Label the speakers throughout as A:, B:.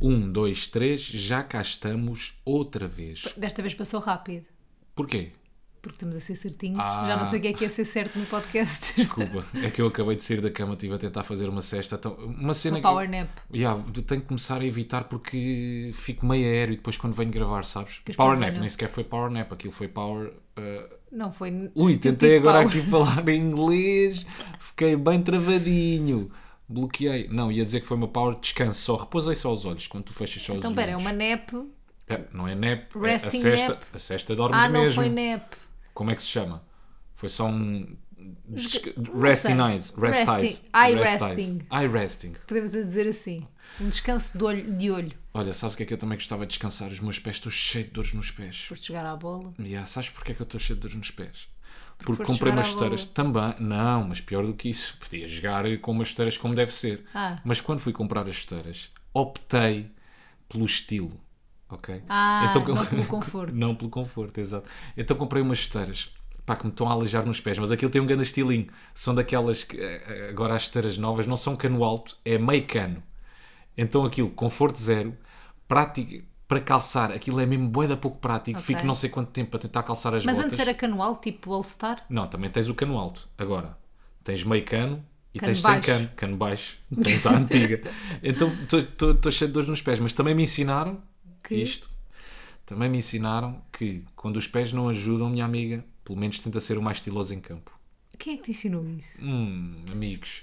A: Um, dois, três, já cá estamos outra vez.
B: Desta vez passou rápido,
A: Porquê?
B: porque estamos a ser certinhos.
A: Ah.
B: Já não sei o que é que é ser certo no podcast.
A: Desculpa, é que eu acabei de sair da cama, estive a tentar fazer uma cesta. Então, uma cena
B: Uma power nap.
A: que. Yeah, eu tenho que começar a evitar porque fico meio aéreo depois quando venho gravar, sabes?
B: Queres
A: Power
B: pôr
A: nap,
B: velho?
A: nem sequer foi power nap, aquilo foi power. uh,
B: Não foi.
A: Ui,
B: stupid
A: tentei agora
B: power.
A: aqui falar em inglês, fiquei bem travadinho. Bloqueei. Não, ia dizer que foi uma power de descanso, só repousei só os olhos quando tu fechas só os
B: Então,
A: olhos.
B: pera, é uma nap.
A: É, não é nap, é a
B: Resting
A: cesta,
B: nap.
A: a cesta dormes
B: Ah, não
A: mesmo.
B: foi nap.
A: Como é que se chama? Foi só um. desca-
B: não
A: Resting
B: sei.
A: eyes. Rest
B: Resting-
A: eyes.
B: eye
A: Rest
B: resting.
A: eyes. Eye resting.
B: Podemos dizer assim. Um descanso de olho. De olho
A: Olha, sabes o que é que eu também gostava de descansar? Os meus pés, estou cheio de dores nos pés.
B: por jogar à bola.
A: Yeah, sabes porque é que eu estou cheio de dores nos pés? Porque
B: foste
A: comprei
B: jogar
A: umas
B: à bola.
A: esteiras também. Não, mas pior do que isso. Podia jogar com umas esteiras como deve ser.
B: Ah.
A: Mas quando fui comprar as esteiras, optei pelo estilo. Ok?
B: Ah,
A: que eu-
B: não pelo conforto.
A: não pelo conforto, exato. Então comprei umas esteiras. Pá, que me estão a aleijar nos pés, mas aquilo tem um grande estilinho. São daquelas que eh, agora as esteiras novas não são cano alto, é meio cano. Então aquilo, conforto zero, prática para calçar, aquilo é mesmo bué da pouco prático.
B: Ok.
A: Fico não sei quanto tempo a tentar calçar as
B: Mas
A: botas.
B: antes era canual, tipo All-Star.
A: Não, também tens o cano alto. Agora, tens meio cano e
B: Cano
A: tens sem
B: baixo.
A: cano. Cano baixo. Tens a antiga. então estou cheio de dores nos pés. Mas também me ensinaram
B: Que?
A: isto. Também me ensinaram que quando os pés não ajudam, minha amiga, pelo menos tenta ser o mais estiloso em campo.
B: Quem é que te ensinou isso?
A: Hum, amigos,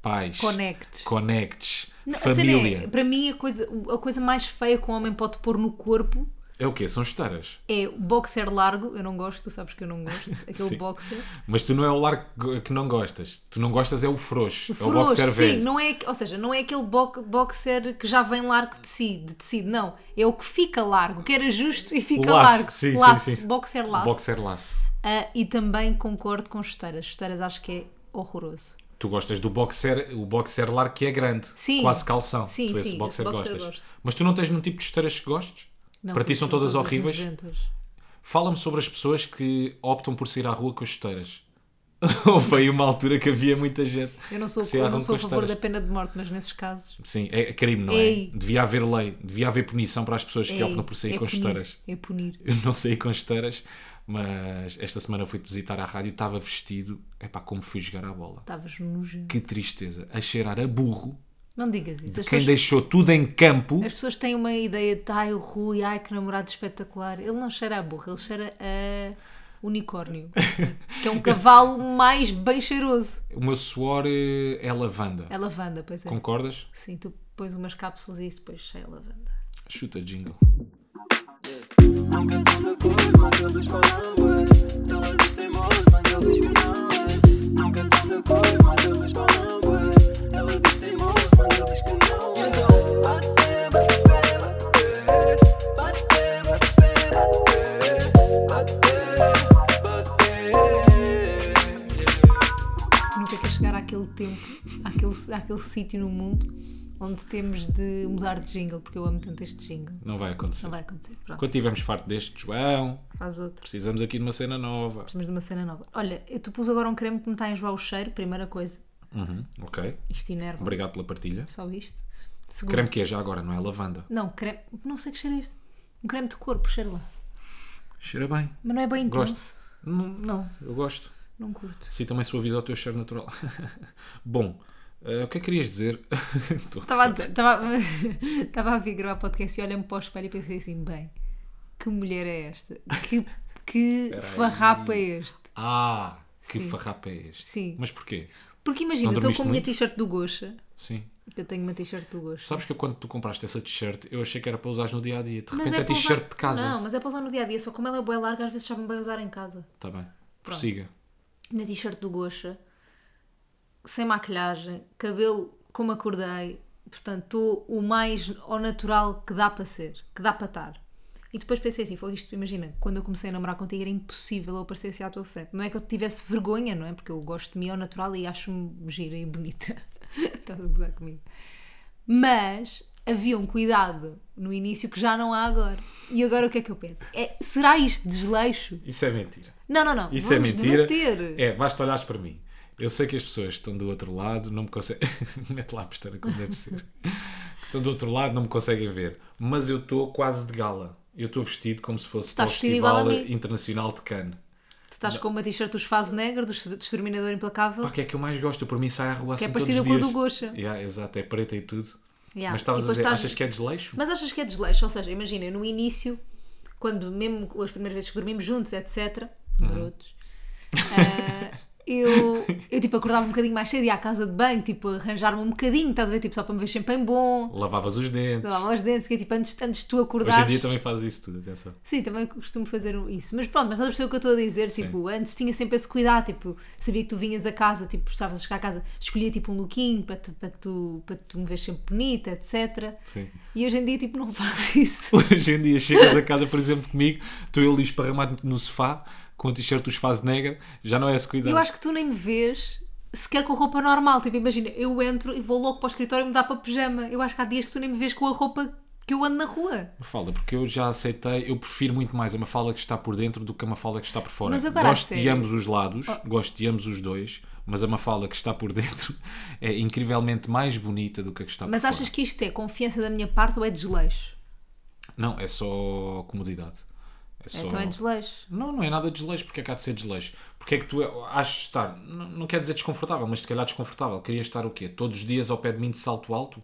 A: pais,
B: Conectes.
A: conectes,
B: Não, a cena é,
A: família.
B: para mim, a coisa, a coisa mais feia que um homem pode pôr no corpo
A: É... o quê? São esteiras.
B: é o boxer largo. Eu não gosto, tu sabes que eu não gosto. Aquele
A: Sim.
B: boxer.
A: Mas tu não é o largo que não gostas. Tu não gostas é o frouxo. é o
B: Frouxo,
A: boxer
B: sim,
A: velho.
B: não é, ou seja, não é aquele bo- boxer que já vem largo de, si, de tecido, não. É o que fica largo, que era justo e fica
A: laço,
B: largo.
A: sim, sim,
B: laço,
A: sim.
B: boxer laço.
A: Boxer laço.
B: Ah, e também concordo com chuteiras. Chuteiras acho que é horroroso.
A: Tu gostas do boxer, o boxer largo que é grande,
B: Sim.
A: quase calção.
B: Sim,
A: tu
B: sim,
A: boxer
B: esse boxer
A: gostas.
B: gosto.
A: Mas tu não tens nenhum tipo de esteiras que gostes?
B: Não,
A: Para ti
B: porque
A: são
B: são
A: todas horríveis?
B: nojentas.
A: Fala-me sobre as pessoas que optam por sair à rua com as esteiras. Houve aí uma altura que havia muita gente.
B: Eu não sou,
A: que se
B: eu não
A: arranca
B: sou a
A: com
B: favor da
A: esteiras.
B: pena de morte, mas nesses casos.
A: Sim, é é crime, não
B: Ei.
A: é? Devia haver lei, devia haver punição para as pessoas que
B: é-
A: optam por sair
B: é
A: com as
B: punir,
A: esteiras.
B: É punir.
A: Eu não saí com esteiras, mas esta semana fui-te visitar à rádio, estava vestido, epá, como fui jogar à bola.
B: Estavas nojento.
A: Que tristeza, a cheirar a burro
B: Não digas isso.
A: de
B: As
A: quem
B: pessoas,
A: deixou tudo em campo.
B: as pessoas têm uma ideia de ai o Rui, ai que namorado espetacular. Ele não cheira a burra, ele cheira a unicórnio. que é um cavalo mais bem cheiroso.
A: O meu suor eh, é lavanda.
B: É lavanda, pois é.
A: Concordas?
B: Sim, tu pões umas cápsulas e isso depois cheia a lavanda.
A: Chuta jingle.
C: Não canto na cor, mas eles falam ué. Ela diz teimoso, mas ele diz que não é. Não canto na cor, mas eles falam ué. Ela diz teimoso, mas ele diz que não é. Então, bate, bate, bate, bate, bate, bate, bate, bate.
B: Nunca quer chegar àquele tempo, àquele, àquele sítio no mundo onde temos de mudar de jingle, porque eu amo tanto este jingle.
A: Não vai acontecer.
B: Não vai acontecer. Pronto,
A: Quando tivermos farto deste, João,
B: faz outro.
A: precisamos aqui de uma cena nova.
B: Precisamos de uma cena nova. Olha, eu te pus agora um creme que me está a enjoar o cheiro, primeira coisa.
A: Uhum, ok.
B: Isto inerva.
A: Obrigado pela partilha.
B: Só isto. Segundo.
A: Creme que é já agora, não é lavanda.
B: Não, creme. Não sei que cheiro é este. Um creme de corpo, cheira lá.
A: Cheira bem.
B: Mas não é bem intenso.
A: Gosto. Não, não, eu gosto.
B: Não curto.
A: Sim, também suaviza o teu cheiro natural. Bom, eh, o que é que querias dizer? Estou a
B: Estava
A: coçar.
B: a- Estava estava a vir gravar podcast e olha-me para o espelho e pensei assim: bem, que mulher é esta? Que, que
A: Espera aí.
B: farrapo é este?
A: Ah, que
B: Sim.
A: farrapo é este?
B: Sim.
A: Mas porquê?
B: Porque imagina,
A: Não
B: eu estou
A: dormiste
B: com a minha
A: muito?
B: t-shirt do Gosha.
A: Sim.
B: Eu tenho uma t-shirt do Gosha.
A: Sabes que eu, quando tu compraste essa t-shirt, eu achei que era para usares no dia a dia. De repente é
B: para usar-
A: t-shirt de casa.
B: Não, mas é para usar no dia a dia. Só como ela é boa larga, às vezes sabem bem usar em casa.
A: Está Tá bem. Prossiga.
B: Minha t-shirt do Gosha, sem maquilhagem, cabelo como acordei. Portanto, estou o mais ao natural que dá para ser, que dá para estar. E depois pensei assim: foi isto, imagina, quando eu comecei a namorar contigo era impossível eu aparecer assim à tua frente. Não é que eu tivesse vergonha, não é? Porque eu gosto de mim ao natural e acho-me gira e bonita. Estás a gozar comigo. Mas havia um cuidado no início que já não há agora. E agora o que é que eu penso? É, será isto desleixo?
A: Isso é mentira.
B: Não, não, não.
A: Isso
B: Ah, Vamos
A: é mentira.
B: debater.
A: É, basta olhares para mim. Eu sei que as pessoas estão do outro lado, não me conseguem. Mete lá a pestaneira como deve ser. Que estão do outro lado, não me conseguem ver. Mas eu estou quase de gala. Eu estou vestido como se fosse para
B: estás
A: o
B: vestido igual a
A: Festival
B: mim.
A: Internacional de Cannes.
B: Tu estás com uma t-shirt dos Fase Negra, do Exter- do Exterminador Implacável.
A: Pá, que é que eu mais gosto? Eu por mim saio à rua assim
B: Que é
A: todos os
B: parecida
A: dias.
B: com a do Gosha.
A: Yeah, exato, é preta e tudo.
B: Yeah.
A: Mas estavas
B: E
A: a
B: depois
A: dizer,
B: estás-
A: achas que é desleixo?
B: Mas achas que é desleixo? Ou seja, imagina, no início, quando mesmo as primeiras vezes que dormimos juntos, etc.,
A: Uhum.
B: garotos, ah, eu, eu tipo acordava um bocadinho mais cedo, ia à casa de banho, tipo arranjar-me um bocadinho, estás a ver, tipo só para me ver sempre em bom,
A: Lavavas os dentes.
B: lavava os dentes, que é tipo antes, antes de tu
A: Hoje
B: acordares.
A: em dia também fazes isso tudo, atenção.
B: Sim, também costumo fazer um, isso. Mas pronto, mas estás a perceber o que eu estou a dizer? Tipo, antes tinha sempre esse cuidado, tipo, sabia que tu vinhas a casa, tipo, estavas a chegar a casa, escolhia tipo um lookinho para, te- para, tu, para tu me veres sempre bonita, etc.
A: Sim.
B: E hoje em dia, tipo, não faço isso.
A: Hoje em dia chegas a casa, por exemplo, comigo, estou eu ali esparramado no sofá, com o t-shirt dos fase negra, já não é esse
B: E
A: cuidado.
B: eu acho que tu nem me vês sequer com roupa normal. Tipo, imagina, eu entro e vou logo para o escritório e mudar para pijama. Eu acho que há dias que tu nem me vês com a roupa que eu ando na rua.
A: Mafalda, porque eu já aceitei, eu prefiro muito mais a Mafalda que está por dentro do que a Mafalda que está por fora.
B: Mas agora a
A: gosto de
B: sério? Oh.
A: ambos os lados, gosto de ambos os dois, mas a Mafalda que está por dentro é incrivelmente mais bonita do que a que está
B: Mas
A: por
B: achas que isto é confiança da minha parte ou é desleixo?
A: fora. Não, é só comodidade. É só...
B: Então é desleixo.
A: Não, não é nada de desleixo. Porque é que há de ser desleixo? Porque é que tu achas estar, não, não quer dizer desconfortável, mas se calhar desconfortável. Querias estar o quê? Todos os dias ao pé de mim de salto alto?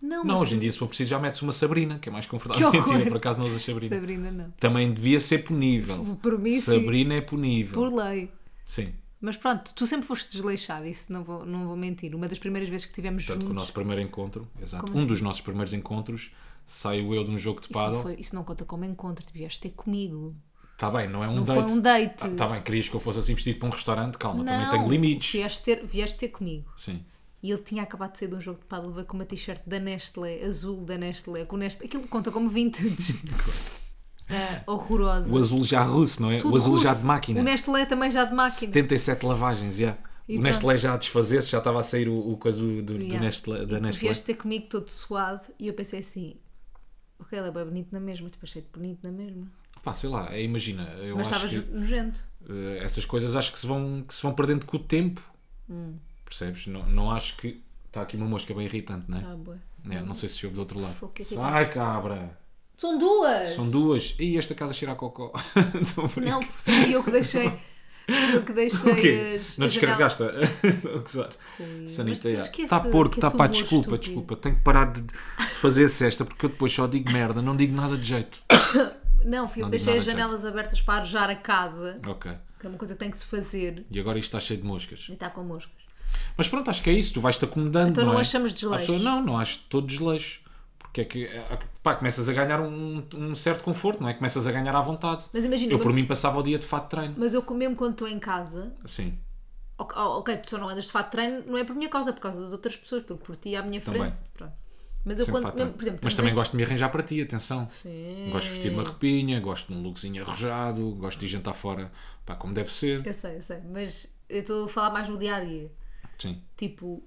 B: Não,
A: Não,
B: mas
A: hoje em dia, se for preciso, já metes uma Sabrina, que é mais confortável.
B: Que
A: Mentira,
B: horror.
A: por acaso não usas Sabrina.
B: Sabrina não.
A: Também devia ser punível.
B: Por mim, sim.
A: Sabrina é punível.
B: Por lei.
A: Sim.
B: Mas pronto, tu sempre foste desleixado, isso não vou, não vou mentir. Uma das primeiras vezes que estivemos
A: Tanto
B: juntos.
A: que o nosso primeiro encontro, exato,
B: Como
A: um
B: assim?
A: dos nossos primeiros encontros, saiu eu de um jogo de
B: Isso não,
A: paddle.
B: foi- isso não conta como encontro, tu vieste ter comigo.
A: Está bem, não é um
B: Não
A: date.
B: foi um date.
A: Está bem, querias que eu fosse assim vestido para um restaurante? Calma,
B: não, é-
A: também tenho limites.
B: Vieste ter, vieste ter comigo.
A: Sim.
B: E ele tinha acabado de sair de um jogo de paddle veio com uma t-shirt da Nestlé, azul da Nestlé, com Nestlé. Aquilo conta como vintage. Ah, horrorosa.
A: O azul já russo, não é?
B: Tudo
A: o azul já
B: russo.
A: de máquina.
B: O Nestlé também já de máquina.
A: 77 lavagens, já.
B: E
A: o
B: pronto.
A: Nestlé já a desfazer-se, já estava a sair o, o coisa do, do
B: Yeah.
A: Nestlé, da
B: e Tu
A: Nestlé.
B: vieste ter comigo todo suado e eu pensei assim: ok, ele é bem bonito na mesma, tipo, achei-te bonito na mesma.
A: Pá, sei lá, é, imagina, eu
B: Mas
A: acho
B: estavas
A: que
B: nojento.
A: eh, essas coisas acho que se vão, que se vão perdendo com o tempo.
B: Hum.
A: Percebes? Não, não acho que. Está aqui uma mosca bem irritante, não é?
B: Ah, boa.
A: É, não sei se se ouve do outro lado.
B: Fogo, que irritante.
A: Sai, cabra!
B: São duas!
A: São duas. E esta casa cheira a cocó. Então, Estou a brincar.
B: Não, fui eu que deixei. Fui eu que deixei
A: O quê?
B: as.
A: Não
B: as janelas.
A: descarregaste? Estou a gozar.
B: Rui,
A: Sanita,
B: mas- mas
A: já.
B: esquece-
A: Está Tá porco, está
B: esquece o
A: pá,
B: humor
A: desculpa,
B: estúpido.
A: desculpa. Tenho que parar de de fazer cesta porque eu depois só digo merda, não digo nada de jeito.
B: Não, fui eu
A: Não
B: que
A: digo nada,
B: deixei as
A: Jack.
B: janelas abertas para arejar a casa,
A: ok.
B: que é uma coisa que tem que se fazer.
A: E agora isto está cheio de moscas.
B: E está com moscas.
A: Mas pronto, acho que é isso. Tu vais-te acomodando.
B: Então não
A: é?
B: achamos desleixo.
A: A pessoa, não, não acho todo desleixo. Porque é que é, pá, começas a ganhar um, um certo conforto, não é? Começas a ganhar à vontade.
B: Mas imagina,
A: eu por
B: mas-
A: mim passava o dia de fato de treino.
B: Mas eu, mesmo quando estou em casa,
A: Sim,
B: ok, oh, ok, tu só não andas de fato de treino, não é por minha causa, é por causa das outras pessoas, porque por ti à minha
A: Também.
B: frente. Pronto. Mas eu
A: sempre
B: quando,
A: fato de
B: mesmo,
A: treino.
B: por exemplo,
A: Mas
B: estamos
A: também
B: em-
A: gosto de me arranjar para ti, atenção.
B: Sim.
A: Gosto de vestir uma repinha, gosto de um lookzinho arrojado, gosto de ir jantar fora, pá, como deve ser.
B: Eu sei, eu sei, mas eu estou a falar mais no dia a dia.
A: Sim.
B: Tipo,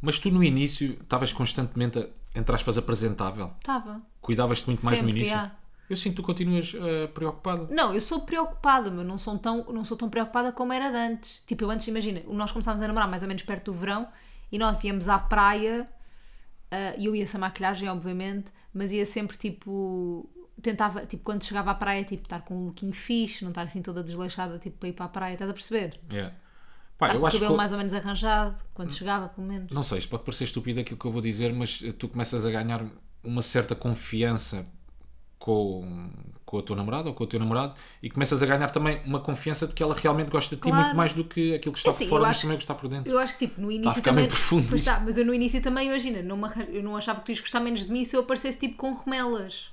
A: Mas tu no início estavas constantemente, a, entre aspas, apresentável.
B: estava.
A: Cuidavas-te muito mais no
B: Sempre,
A: início.
B: já.
A: Eu sinto que tu continuas eh, preocupada.
B: Não, eu sou preocupada, mas não sou, tão, não sou tão preocupada como era de antes. Tipo, eu antes, imagina, nós começámos a namorar mais ou menos perto do verão e nós íamos à praia ah, e eu ia sem maquilhagem, obviamente, mas ia sempre tipo. Tentava, tipo, quando chegava à praia, tipo, estar com um lookinho fixe, não estar assim toda desleixada, tipo, para ir para a praia, estás a perceber?
A: É. Pá, eu
B: Estar Tá com o
A: acho que.
B: cabelo mais ou menos arranjado, quando chegava, pelo menos.
A: Não sei, isto pode parecer estúpido aquilo que eu vou dizer, mas eh, tu começas a ganhar uma certa confiança com, com a tua namorada ou com o teu namorado e começas a ganhar também uma confiança de que ela realmente gosta de ti
B: Claro.
A: muito mais do que aquilo que está
B: Assim,
A: por fora,
B: eu
A: mas
B: acho-
A: também o que está por dentro.
B: Eu acho que tipo, no início
A: Tá ficar
B: também.
A: meio profundo
B: Pois
A: isto.
B: está, mas eu no início também, imagina, não me arran- eu não achava que tu ias gostar menos de mim se eu aparecesse tipo com remelas.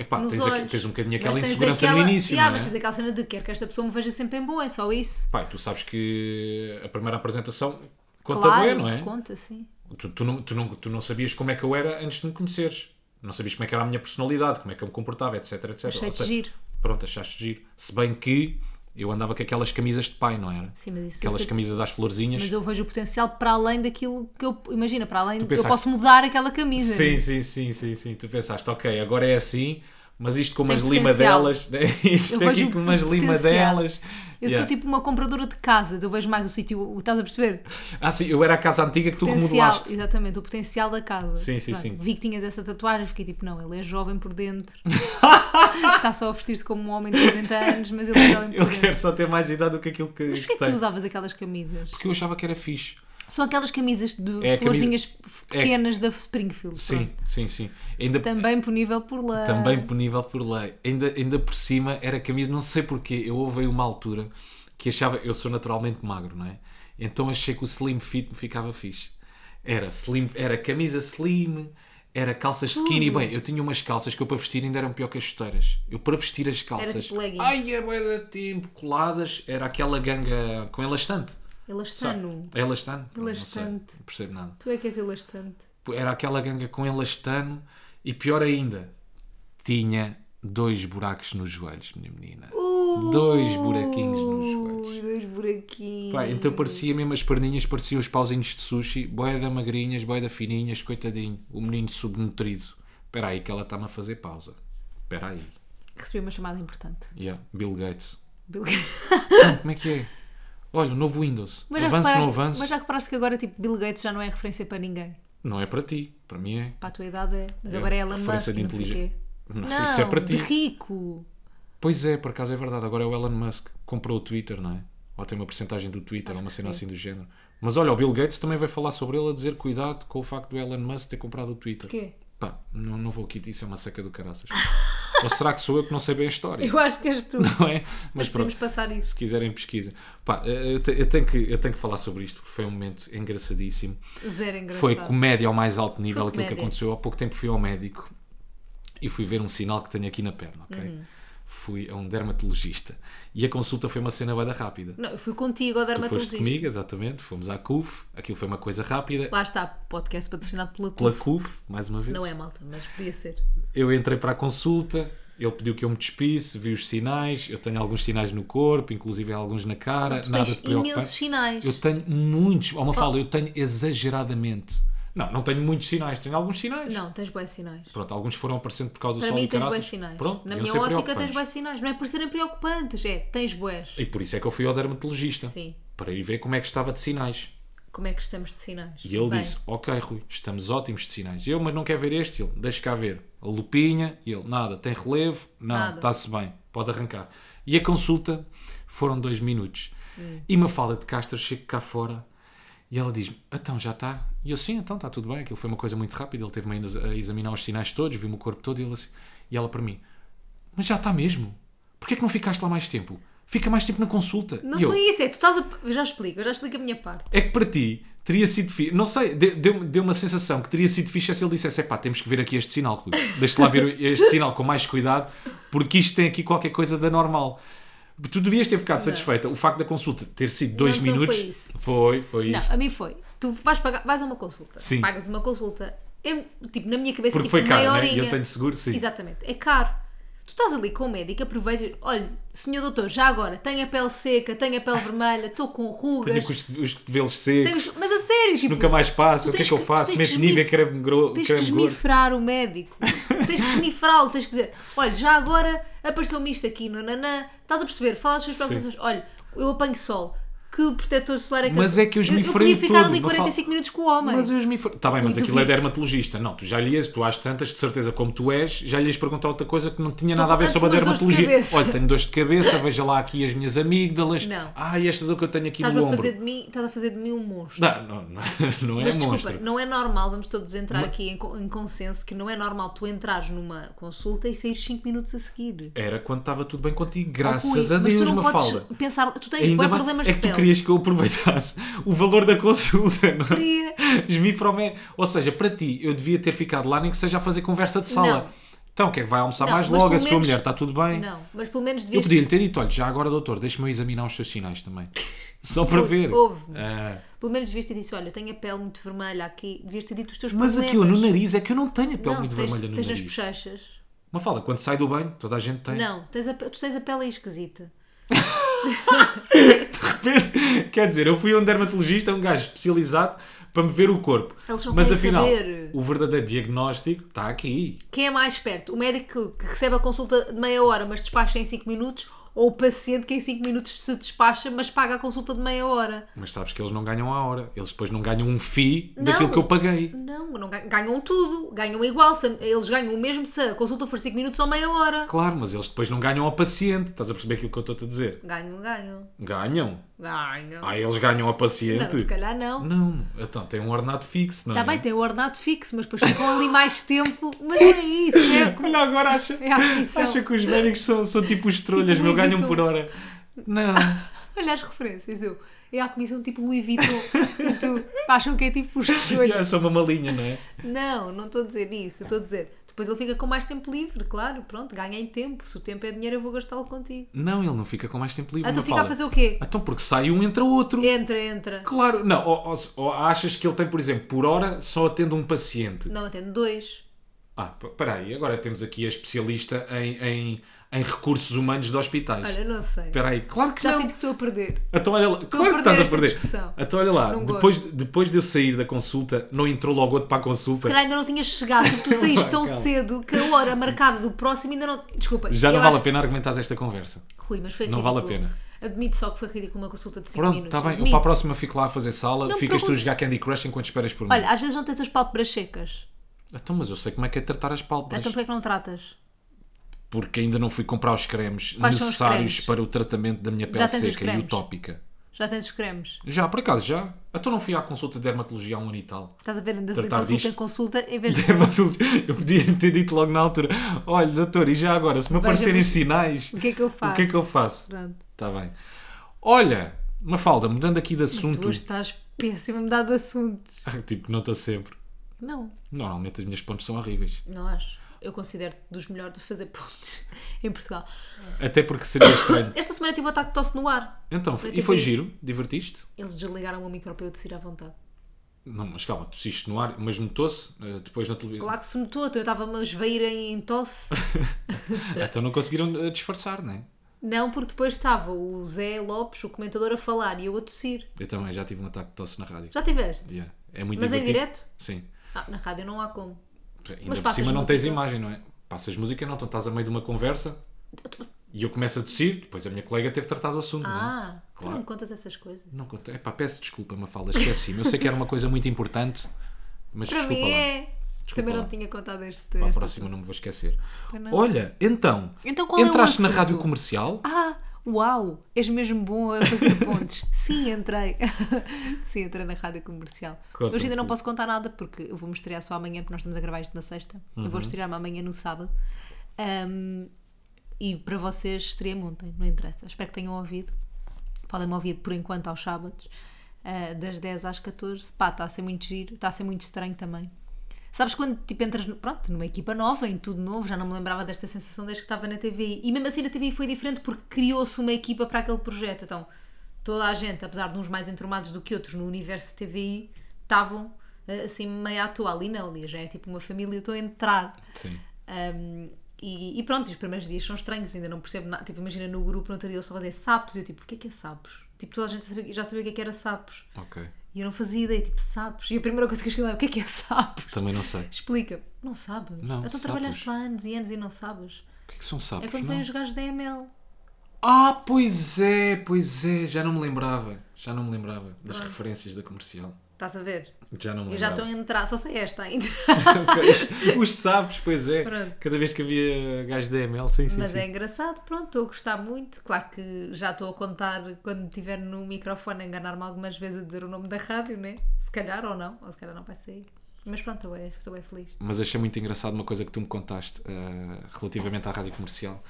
A: Epá,
B: nos
A: tens,
B: olhos.
A: aqu- tens um bocadinho
B: Mas
A: aquela
B: tens
A: insegurança no
B: aquela-
A: início,
B: Yeah,
A: não é?
B: mas tens aquela cena de quero que esta pessoa me veja sempre em boa, é só isso.
A: Pai, tu sabes que a primeira apresentação conta bué, não é?
B: Conta, sim.
A: Tu, tu não, tu, não, tu não sabias como é que eu era antes de me conheceres. Não sabias como é que era a minha personalidade, como é que eu me comportava, etc, etc. Ou
B: Achei-te
A: seja,
B: giro.
A: Pronto, achaste giro. Se bem que eu andava com aquelas camisas de pai, não era?
B: Sim, mas isso eu
A: aquelas
B: sei-
A: camisas às florzinhas.
B: Mas eu vejo o potencial para além daquilo que eu. Imagina, para além. Eu
A: pensaste-
B: posso mudar aquela camisa.
A: Sim, sim, sim, sim, sim. Tu pensaste, ok, agora é assim, Mas isto com
B: Tem
A: umas
B: potencial.
A: limadelas, né? isto
B: Eu
A: aqui
B: vejo
A: com umas
B: potencial.
A: limadelas.
B: Eu
A: Yeah.
B: sou tipo uma compradora de casas, eu vejo mais o sítio, o- estás a perceber?
A: Ah, sim, eu era a casa antiga que tu
B: potencial,
A: remodelaste.
B: exatamente, o potencial da casa.
A: Sim, sim, sim.
B: Vi que tinhas essa tatuagem, fiquei tipo, não, ele é jovem por dentro. Está só a vestir-se como um homem de 40 anos, mas ele é jovem por
A: Eu
B: dentro.
A: quero só ter mais idade do que aquilo que,
B: Mas porquê é que tu usavas aquelas camisas?
A: Porque eu achava que era fixe.
B: São aquelas camisas de
A: É, a camisa-
B: florzinhas
A: é-
B: pequenas da Springfield.
A: Sim,
B: pronto.
A: sim, sim. Ainda,
B: Também punível por lei.
A: Também punível por lei. Ainda, ainda por cima era camisa, não sei porquê. Eu houve aí uma altura que achava, eu sou naturalmente magro, não é? Então achei que o slim fit me ficava fixe. Era, slim, era camisa slim, era calças skinny. Bem, eu tinha umas calças que eu para vestir ainda eram pior que as chuteiras. Eu para vestir as calças.
B: tipo leggings.
A: ai, era tempo, coladas, era aquela ganga com elastante.
B: Elastano.
A: É elastano? Não sei,
B: Elastante.
A: Não percebo nada
B: Tu é que és elastante.
A: era aquela ganga com elastano e pior ainda, tinha dois buracos nos joelhos, minha menina.
B: Uh!
A: Dois buraquinhos nos joelhos.
B: Ui, Dois buraquinhos.
A: Pá, então parecia mesmo as perninhas, pareciam os pauzinhos de sushi, boia da magrinhas, boia da fininhas, coitadinho, o menino subnutrido. Espera aí que ela está-me a fazer pausa. Espera aí.
B: Recebi uma chamada importante.
A: Yeah, Bill Gates.
B: Bill Gates.
A: Como é que é? Olha, o novo Windows.
B: Mas já,
A: avanço
B: reparaste,
A: não avanço?
B: mas já reparaste que agora tipo, Bill Gates já não é referência para ninguém.
A: Não é para ti, para mim é.
B: Para a tua idade é. Mas
A: É,
B: agora é Elon
A: referência
B: Musk
A: de
B: e não sei o quê.
A: inteligência. Não, sei se é para ti.
B: de rico.
A: Pois é, por acaso é verdade. Agora é o Elon Musk que comprou o Twitter, não é? Ou tem uma porcentagem do Twitter, ou uma
B: que
A: cena
B: sim.
A: assim do género. Mas olha, o Bill Gates também vai falar sobre ele a dizer cuidado com o facto do Elon Musk ter comprado o Twitter.
B: Quê?
A: Pá, não, não vou aqui, isso é uma seca do caraças. ou será que sou eu que não sei bem a história?
B: Eu acho que és tu.
A: Não é?
B: Mas
A: Mas
B: podemos
A: pronto,
B: passar isso.
A: se quiserem pesquisa. Pá, eu, te- eu tenho que, eu tenho que falar sobre isto, porque foi um momento engraçadíssimo.
B: Zero engraçado.
A: Foi comédia ao mais alto nível
B: Foi
A: aquilo que
B: comédia.
A: aconteceu. Há pouco tempo fui ao médico e fui ver um sinal que tenho aqui na perna, ok?
B: Uhum.
A: Fui a um dermatologista e a consulta foi uma cena bada rápida.
B: Não, eu fui contigo ao
A: Tu foste
B: dermatologista.
A: comigo, exatamente, fomos à CUF, aquilo foi uma coisa rápida.
B: Lá está, podcast patrocinado pela
A: Pela
B: Cula.
A: CUF, mais uma vez.
B: Não é malta, mas podia ser.
A: Eu entrei para a consulta, ele pediu que eu me despisse, vi os sinais, eu tenho alguns sinais no corpo, inclusive alguns na cara,
B: Tu
A: nada de
B: tens
A: preocupante.
B: imensos sinais.
A: Eu tenho muitos, há uma fala, eu tenho exageradamente. Não, não tenho muitos sinais, tenho alguns sinais.
B: Não, tens bons sinais.
A: Pronto, alguns foram aparecendo por causa do
B: Para
A: sol
B: mim
A: e
B: tens
A: caraças.
B: bons sinais.
A: Pronto,
B: Na
A: deviam
B: minha
A: ser
B: ótica
A: preocupantes.
B: tens bons sinais. Não é por serem preocupantes, é, tens boés.
A: E por isso é que eu fui ao dermatologista.
B: Sim.
A: Para ir ver como é que estava de sinais.
B: Como é que estamos de sinais?
A: E ele
B: Bem,
A: disse, ok Rui, estamos ótimos de sinais. E Eu, mas não quer ver este? Ele, deixa cá ver. A lupinha, e ele, nada, tem relevo? Não,
B: Nada.
A: está-se bem, pode arrancar. E a consulta foram dois minutos.
B: Hum.
A: E uma fala de Castro, chego cá fora e ela diz-me, então já está? E eu, sim, então está tudo bem. Aquilo foi uma coisa muito rápida, ele teve-me ainda a examinar os sinais todos, viu-me o corpo todo e, ele assim, e ela para mim, mas já está mesmo? Porquê é que não ficaste lá mais tempo? Fica mais tempo na consulta.
B: Não
A: E eu,
B: foi isso, é tu estás a. Eu já explico, eu já explico a minha parte.
A: é que para ti teria sido fixe. Não sei, de- deu, deu uma sensação que teria sido fixe é se ele dissesse: pá, temos que ver aqui este sinal, Rui. Deixa lá ver este sinal com mais cuidado, porque isto tem aqui qualquer coisa da normal. Tu devias ter ficado satisfeita. O facto da consulta ter sido dois
B: Não, não
A: minutos.
B: foi isso.
A: Foi, foi
B: Não,
A: isto.
B: a mim foi. Tu vais, pagar, vais a uma consulta.
A: Sim.
B: Pagas uma consulta. É, tipo, na minha cabeça,
A: Porque
B: tipo,
A: foi caro,
B: meia
A: né?
B: horinha.
A: Eu tenho seguro, sim.
B: Exatamente, é caro. Tu estás ali com o médico, aproveitas, olha, senhor doutor, já agora, tenho a pele seca, tenho a pele vermelha, estou com
A: Tenho
B: rugas.
A: com os, os cotovelos secos,
B: tenho os- Mas a sério, tipo,
A: nunca mais passo.
B: tu
A: O que é
B: tens
A: que eu
B: que- tu
A: faço?
B: tens que
A: Mesmo nível,
B: esmif-
A: creme, gro...
B: tens que
A: creme gordo.
B: esmifrar o médico. tens que esmifrá-lo, tens que dizer, olha, já agora apareceu-me isto aqui no nanã. Estás a perceber? Fala as suas preocupações. Olha, eu apanho sol. Que protetor solar é que
A: Mas é que eu esmifrei
B: Eu podia ficar
A: tudo,
B: ali
A: mas fala-
B: 45 minutos com o homem.
A: Mas eu me Está bem, mas
B: Muito
A: aquilo é
B: fixe.
A: dermatologista. Não, tu já lhes, tu às tantas, de certeza, como tu és, já lhes perguntar outra coisa que não tinha nada a ver
B: com
A: sobre a
B: tantas dores de
A: dermatologia.
B: cabeça.
A: Olha, tenho dores de cabeça, veja lá aqui as minhas amígdalas.
B: Não.
A: Ah, esta dor que eu tenho aqui
B: Estás-me
A: no
B: a
A: ombro.
B: fazer de mim, estás a fazer de mim um monstro.
A: Não, não, não, não é
B: Mas desculpa,
A: monstro.
B: não é normal, vamos todos entrar aqui em, co- em consenso, que não é normal tu entrares numa consulta e saíres 5 minutos a seguir.
A: Era quando estava tudo bem contigo,
B: Oh,
A: graças
B: Rui,
A: a Deus,
B: mas tu não podes
A: Mafalda.
B: pensar, tu tens
A: Ainda
B: bué
A: bem-
B: problemas
A: é
B: de
A: que
B: pele.
A: tu querias que eu aproveitasse o valor da consulta, não é?
B: Queria.
A: Esmifromé. Ou seja, para ti, eu devia ter ficado lá nem que seja a fazer conversa de sala.
B: Não.
A: Então, o que é que vai almoçar
B: Não,
A: mais
B: mas
A: logo? A
B: pelo
A: sua
B: menos-
A: mulher está tudo bem?
B: Não, mas pelo menos
A: Eu
B: devias
A: podia lhe ter dito, olha, já agora, doutor, deixa-me eu examinar os seus sinais também. Só para
B: Ouve-
A: ver.
B: ouve-me.
A: Ah,
B: Pelo menos devias ter dito, olha, eu tenho a pele muito vermelha aqui, devias ter dito os teus
A: mas
B: problemas.
A: aqui, eu no nariz, é que eu não tenho a pele
B: não,
A: muito
B: tens,
A: vermelha no
B: tens nas
A: nariz.
B: bochechas.
A: Mas fala, quando sai do banho, toda a gente tem.
B: Não, tens a, pe- tu tens a pele aí esquisita.
A: Quer dizer, eu fui a um dermatologista, um gajo especializado, para me ver o corpo.
B: Eles não
A: Mas
B: querem
A: afinal,
B: saber.
A: o verdadeiro diagnóstico está aqui.
B: Quem é mais esperto? O médico que recebe a consulta de meia hora, mas despacha em 5 minutos? Ou o paciente que em 5 minutos se despacha, mas paga a consulta de meia hora?
A: Mas sabes que eles não ganham a hora. Eles depois não ganham um FII
B: Não.
A: daquilo que eu paguei.
B: Não, não ga- ganham tudo, ganham igual, se- eles ganham o mesmo se a consulta for 5 minutos ou meia hora.
A: Claro, mas eles depois não ganham ao paciente. Estás a perceber aquilo que eu estou-te a dizer?
B: Ganham, ganham,
A: Ganham.
B: ganham.
A: Ah, eles ganham ao
B: não,
A: paciente.
B: se calhar não.
A: Não, então tem um ordenado fixo, não
B: Está
A: é?
B: Tá bem, tem o ordenado fixo, mas depois ficam ali mais tempo. Mas não é isso, é como-
A: Olha, agora acha,
B: É a comissão.
A: acha que os médicos são, são tipo os trolhas,
B: Tipo
A: meu,
B: Louis
A: ganham
B: Vuitton. Ah,
A: por hora. Não,
B: Olha as referências, eu. É a comissão tipo Louis Vuitton. e tu acham que é tipo os tijolhos.
A: é só uma malinha, não é?
B: Não, não estou a dizer isso. eu Estou a dizer. Depois ele fica com mais tempo livre, claro. Pronto, ganha em tempo. Se o tempo é dinheiro, eu vou gastá-lo contigo.
A: Não, ele não fica com mais tempo livre.
B: Ah, tu
A: não
B: fica a
A: fala.
B: fazer o quê? É.
A: Então, porque sai um, entra outro.
B: Entra, entra.
A: Claro, não, ou, ou- ou achas que ele tem, por exemplo, por hora só atende um paciente.
B: Não, atendo dois.
A: Ah, p- peraí, agora temos aqui a especialista em, em, em recursos humanos de hospitais.
B: Olha, não sei.
A: Espera aí, claro que
B: Já
A: não.
B: sinto que estou a perder.
A: Então olha lá,
B: a
A: claro que
B: perder
A: estás a
B: esta
A: perder.
B: discussão.
A: Então olha lá,
B: Não
A: depois, depois de eu sair da consulta, não entrou logo outro para a consulta.
B: Se calhar ainda não tinhas chegado, porque tu saíste tão
A: Calma.
B: cedo que a hora marcada do próximo ainda não. Desculpa.
A: Já não
B: eu
A: vale a
B: acho-
A: pena argumentar esta conversa.
B: Rui, mas foi
A: Não
B: ridículo.
A: vale a pena.
B: Admito só que foi ridículo uma consulta de 5
A: Pronto,
B: minutos. um
A: está bem. Eu
B: admito.
A: para a próxima fico lá a fazer sala,
B: me
A: ficas tu a
B: perguntes.
A: jogar Candy Crush enquanto esperas por mim.
B: Olha, às vezes não tens as pálpebras secas.
A: Então, mas eu sei como é que é tratar as pálpebras.
B: Então porquê é que não tratas?
A: Porque ainda não fui comprar os cremes
B: Quais são os
A: necessários
B: cremes?
A: para o tratamento da minha pele
B: tens os
A: seca e
B: cremes?
A: utópica.
B: Já tens os cremes?
A: Já, por acaso, já. Então não fui à consulta de dermatologia há um ano e tal.
B: Estás a ver? Andas de
A: Tratar
B: consulta
A: disto?
B: em consulta em vez de.
A: Dermatologia. Eu podia ter dito logo na altura: olha, doutor, e já agora, se me aparecerem
B: Veja-me-
A: sinais,
B: O que é que eu faço?
A: o que é que eu faço?
B: Pronto.
A: Está Tá bem. Olha, Mafalda, mudando aqui de assunto.
B: Tu estás péssima a mudar de assuntos.
A: tipo, que não estou sempre.
B: Não,
A: Normalmente as minhas pontes são horríveis.
B: não acho. Eu considero-te dos melhores de fazer pontes em Portugal.
A: Até porque seria estranho.
B: Esta semana tive um ataque de tosse no ar.
A: Então,
B: Foi
A: e
B: tipo
A: foi
B: isso.
A: giro? Divertiste?
B: Eles desligaram o micro para eu tossir à vontade.
A: Não, mas calma, tossiste no ar, mas notou-se eh, depois na televisão.
B: Claro que se notou, então eu estava-me a esvair em em tosse.
A: Então não conseguiram eh, disfarçar, não é?
B: Não, porque depois estava o Zé Lopes, o comentador, a falar e eu a tossir.
A: Eu também já tive um ataque de tosse na rádio.
B: Já tiveste?
A: Yeah. É muito
B: Mas em
A: divertido.
B: direto?
A: Sim.
B: Ah, na rádio não há como.
A: Ainda
B: Mas
A: por
B: passas
A: cima não tens
B: música?
A: imagem, não é? Passas música, não. Então estás a meio de uma conversa e eu começo a tossir, depois a minha colega teve tratado o assunto, não é?
B: Ah, tu
A: Claro.
B: não me contas essas coisas?
A: Não conta. Epá, peço desculpa, Mafalda, esqueci-me. Eu sei que era uma coisa muito importante, mas
B: Para
A: desculpa
B: mim
A: lá.
B: é. Também
A: lá.
B: não tinha contado este.
A: Para a
B: esta
A: próxima
B: parte.
A: não me vou esquecer.
B: Pois não.
A: Olha, então,
B: Então qual é o
A: entraste na
B: assunto?
A: rádio comercial?
B: Ah, uau! És mesmo bom a fazer pontes. Sim, entrei. Sim, entrei na rádio comercial.
A: Conta-me
B: Hoje ainda não
A: tudo.
B: posso contar nada porque eu vou me estrear só amanhã, porque nós estamos a gravar isto na sexta. Eu
A: Uhum.
B: vou estrear-me amanhã no sábado. Ahm, e para vocês estreia-me ontem, não interessa. Espero que tenham ouvido. Podem-me ouvir por enquanto aos sábados, ah, das 10 às 14. Pá, está a ser muito giro, está a ser muito estranho também. Sabes quando tipo, entras no- pronto, numa equipa nova, em tudo novo, já não me lembrava desta sensação desde que estava na TVI. E mesmo assim na TVI foi diferente porque criou-se uma equipa para aquele projeto. Então, toda a gente, apesar de uns mais entromados do que outros no universo TVI, estavam ah, assim meio à toa. Ali não, ali já é tipo uma família, eu estou a entrar.
A: Sim.
B: Um, e, e pronto, e os primeiros dias são estranhos, ainda não percebo nada. Tipo, imagina no grupo, no outro dia eu só fazia sapos, e eu tipo, o que é que é sapos? Tipo, toda a gente sabia- já sabia o que é que era sapos.
A: Ok.
B: E eu não fazia ideia, tipo, sapos. E a primeira coisa que eu escrevi é o que é que é sapos?
A: Também não sei.
B: Explica-me. Não sabes?
A: Não,
B: então
A: sapos.
B: trabalhaste lá anos e anos e não sabes?
A: O que é que são
B: É
A: sapos?
B: quando
A: não?
B: vêm os gajos da ML.
A: Ah, pois é, pois é. Já não me lembrava. Já não me lembrava das referências da comercial.
B: Estás a ver?
A: Já não me
B: Eu já
A: lembrava.
B: estou a entrar, só sei esta ainda.
A: Ok, os, os sapos, pois é.
B: Pronto.
A: Cada vez que havia gajo da ML, sim, sim,
B: Mas
A: sim.
B: é engraçado, pronto, estou a gostar muito. Claro que já estou a contar quando estiver no microfone a enganar-me algumas vezes a dizer o nome da rádio, né? Se calhar ou não, ou se calhar não vai sair. Mas pronto, estou bem, estou bem feliz.
A: Mas achei muito engraçado uma coisa que tu me contaste ah, relativamente à rádio comercial,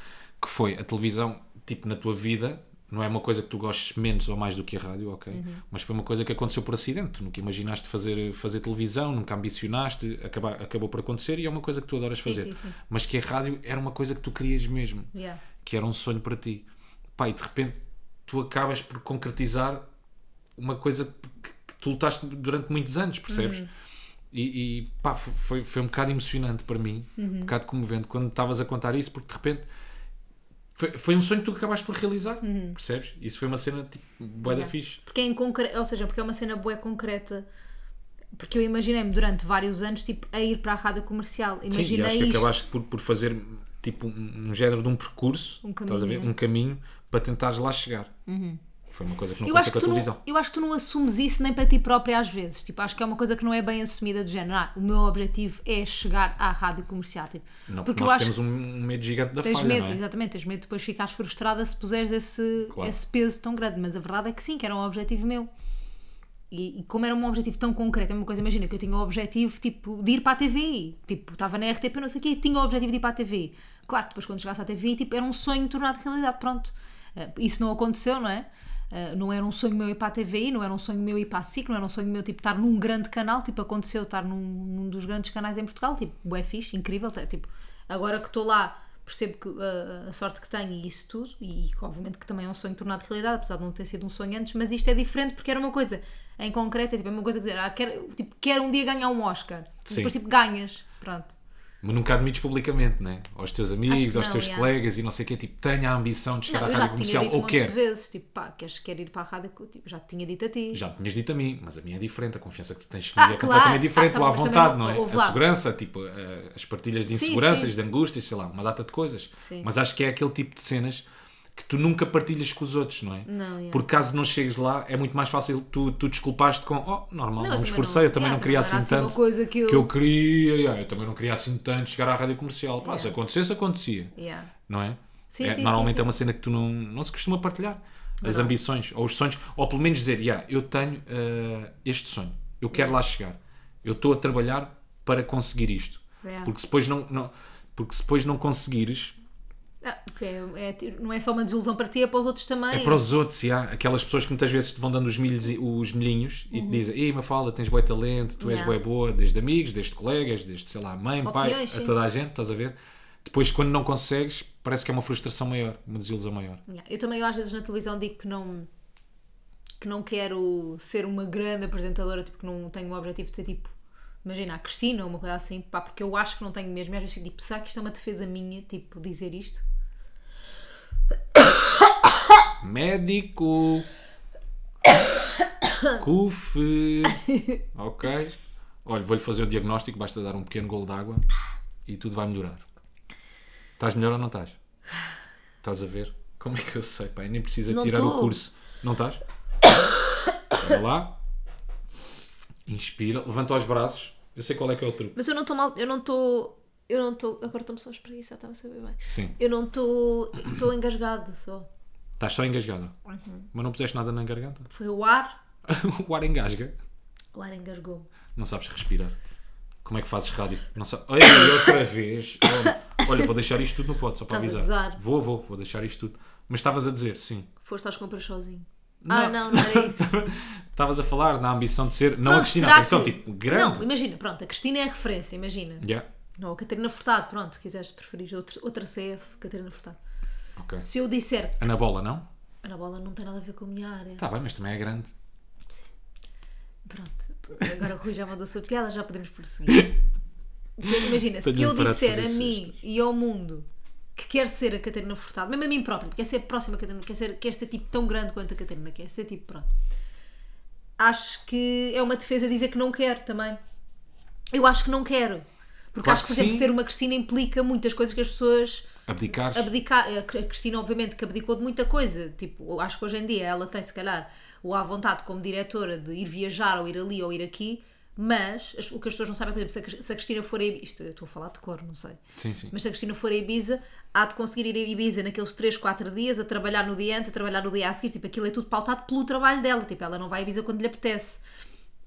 A: que foi a televisão, tipo, na tua vida, não é uma coisa que tu gostes menos ou mais do que a rádio, ok?
B: Uhum.
A: Mas foi uma coisa que aconteceu por acidente. Tu nunca imaginaste fazer, fazer televisão, nunca ambicionaste, acaba, acabou por acontecer e é uma coisa que tu adoras fazer.
B: sim, sim.
A: Mas que a rádio era uma coisa que tu querias mesmo.
B: Yeah.
A: que era um sonho para ti. Pá, e de repente tu acabas por concretizar uma coisa que, que tu lutaste durante muitos anos, percebes? E, e, pá, fo- foi, foi um bocado emocionante para mim,
B: Uhum.
A: um bocado comovente quando estavas a contar isso, porque de repente foi, foi um sonho que tu acabaste por realizar, percebes? Isso foi uma cena tipo, bué da
B: Uhum. Yeah.
A: fixe.
B: Porque é em concreto, ou seja, porque é uma cena bué concreta. Porque eu imaginei-me durante vários anos, tipo, a ir para a rádio comercial.
A: Sim, e
B: Imaginei
A: acho que
B: isto.
A: acabaste por, por fazer tipo um um género de um percurso,
B: Um
A: estás a ver?
B: caminho, é.
A: Um caminho para tentares lá chegar. Foi uma coisa que não
B: Eu acho
A: aconteceu
B: que,
A: com a
B: tu não,
A: televisão.
B: eu acho que tu não assumes isso nem para ti própria às vezes. Tipo, acho que é uma coisa que não é bem assumida do género. Ah, o meu objetivo é chegar à rádio comercial. Tipo,
A: Não, porque
B: porque
A: nós
B: eu acho
A: temos um- um medo gigante da
B: Tens
A: falha,
B: medo,
A: não é?
B: exatamente, tens medo de depois ficares frustrada se puseres esse,
A: Claro.
B: esse peso tão grande. Mas a verdade é que sim, que era um objetivo meu. E, e como era um objetivo tão concreto, é uma coisa, imagina que eu tinha o objetivo tipo, de ir para a TV. Tipo, estava na RTP, não sei o quê, e tinha o objetivo de ir para a TV. Claro que depois quando chegasse à TV, tipo, era um sonho tornado realidade, pronto. Eh, isso não aconteceu, não é? Eh, não era um sonho meu ir para a TV, não era um sonho meu ir para a SIC, não era um sonho meu tipo, estar num grande canal, tipo, aconteceu estar num, num dos grandes canais em Portugal, tipo, bué fixe, incrível, tá, tipo, agora que estou lá, percebo que uh, a sorte que tenho e isso tudo, e que, obviamente que também é um sonho tornado realidade, apesar de não ter sido um sonho antes, mas isto é diferente porque era uma coisa em concreto, é tipo, é uma coisa que dizer, ah, quero, tipo, quero um dia ganhar um Oscar, e
A: Sim.
B: depois tipo ganhas, pronto.
A: Mas nunca admites publicamente, né? Aos teus amigos,
B: que
A: aos
B: não,
A: teus
B: já.
A: colegas e não sei o quê, tipo, tenha a ambição de chegar
B: Não,
A: à
B: eu já
A: rádio
B: te tinha
A: comercial
B: dito
A: ou
B: muitas
A: quer.
B: vezes, tipo, pá, queres, quero ir para a rádio, tipo, já te tinha dito a ti.
A: Já me tinhas dito a mim, mas a minha é diferente, a confiança que tu tens
B: Ah,
A: comigo é
B: claro.
A: completamente
B: Ah,
A: diferente,
B: tá
A: o à
B: bom, mas também
A: vontade,
B: não-
A: não é?
B: ouve
A: A
B: lá.
A: segurança, tipo, eh, as partilhas de
B: Sim,
A: inseguranças,
B: sim.
A: de angústias, sei lá, uma data de coisas.
B: Sim.
A: Mas acho que é aquele tipo de cenas que tu nunca partilhas com os outros, não é?
B: Não, yeah.
A: Porque caso não chegues lá, é muito mais fácil tu, tu desculpaste com, oh, normal,
B: eu
A: não, me
B: também
A: esforcei, eu também
B: yeah,
A: não queria
B: era
A: assim
B: uma
A: tanto
B: coisa que eu-
A: que eu queria, yeah, eu também não queria assim tanto chegar à rádio comercial. Pá,
B: Yeah.
A: se acontecesse, acontecia
B: Yeah.
A: não é?
B: Sim,
A: É,
B: sim,
A: normalmente
B: sim, sim.
A: é uma cena que tu não, não se costuma partilhar. As ambições ou os sonhos, ou pelo menos dizer, yeah, eu tenho ah, este sonho, eu quero lá chegar, eu estou a trabalhar para conseguir isto.
B: Yeah.
A: Porque se depois não, não- porque se depois não conseguires,
B: Ah, é- é- não é só uma desilusão para ti, é para os outros
A: é
B: também.
A: para os outros, e há aquelas pessoas que muitas vezes te vão dando os, milhos, e- os milhinhos e te dizem, ei Mafalda, tens boi talento, tu és
B: Uhum. Yeah.
A: bué boa, desde amigos, desde colegas, desde, sei lá, mãe, pai,
B: Opiniões, sim.
A: a toda a gente, estás a ver? Depois quando não consegues, parece que é uma frustração maior, uma desilusão maior.
B: Yeah. Eu também às vezes na televisão digo que não que não quero ser uma grande apresentadora, tipo que não tenho o objetivo de ser tipo, imagina, a Cristina ou uma coisa assim, pá, porque eu acho que não tenho mesmo, E às vezes fico tipo, será que isto é uma defesa minha, tipo, dizer isto?
A: Médico. CUF. Ok. Olha, vou-lhe fazer o diagnóstico, basta dar um pequeno golo de água e tudo vai melhorar. Estás melhor ou não estás? Estás a ver? Como é que eu sei, pai? Nem precisa
B: Não
A: tirar
B: tô.
A: o curso. Não estás? Olha lá. Inspira, levanta os braços. Eu sei qual é que é o truque.
B: Mas eu não estou mal, eu não estou, eu não estou, agora estou-me só a espreguiçar, estava a saber bem.
A: Sim.
B: Eu não estou, estou engasgada só.
A: Estás só engasgada.
B: Uhum.
A: Mas não puseste nada na garganta.
B: Foi o ar,
A: o ar engasga.
B: o ar engasgou-me.
A: Não sabes respirar. Como é que fazes rádio? Não sa- Ei, e outra vez. Oh, olha, vou deixar isto tudo no pote, só para
B: Estás a
A: avisar.
B: gozar.
A: Vou, vou, vou deixar isto tudo. Mas estavas a dizer, sim.
B: Foste às compras sozinho. Ah, não, não era isso.
A: Estavas a falar na ambição de ser, não a
B: Pronto,
A: Cristina,
B: será
A: atenção,
B: que-
A: tipo, grande.
B: Não, imagina, pronto, a Cristina é a referência, imagina.
A: Yeah,
B: Não, a Catarina Furtado, pronto, se quiseres preferir outro, outra CF, Catarina Furtado.
A: ok.
B: Se eu disser que
A: Ana Bola, não?
B: Ana Bola não tem nada a ver com a minha área,
A: Está bem, mas também é grande.
B: pronto, agora o Rui já mandou a sua piada, já podemos prosseguir. Então, Imagina, se
A: Tenho
B: eu
A: de parar de
B: disser a
A: fazer
B: mim e ao mundo que quer ser a Catarina Furtado, mesmo a mim própria, quer ser próxima a Catarina, quer ser, quer ser tipo tão grande quanto a Catarina, quer ser tipo, pronto. Acho que é uma defesa dizer que não quero também. Eu acho que não quero. Porque
A: Claro
B: acho que,
A: que
B: por exemplo,
A: sim.
B: ser uma Cristina implica muitas coisas que as pessoas
A: Abdicares.
B: abdicar, a Cristina obviamente que abdicou de muita coisa, tipo, eu acho que hoje em dia ela tem se calhar o à vontade como diretora de ir viajar ou ir ali ou ir aqui, mas as- o que as pessoas não sabem, por exemplo, se a Cris- se a Cristina for a Ibiza, isto eu estou a falar de cor, não sei,
A: Sim, sim.
B: mas se a Cristina for a Ibiza, há de conseguir ir a Ibiza naqueles 3, 4 dias, a trabalhar no dia antes, a trabalhar no dia a seguir, tipo, aquilo é tudo pautado pelo trabalho dela, tipo, ela não vai a Ibiza quando lhe apetece.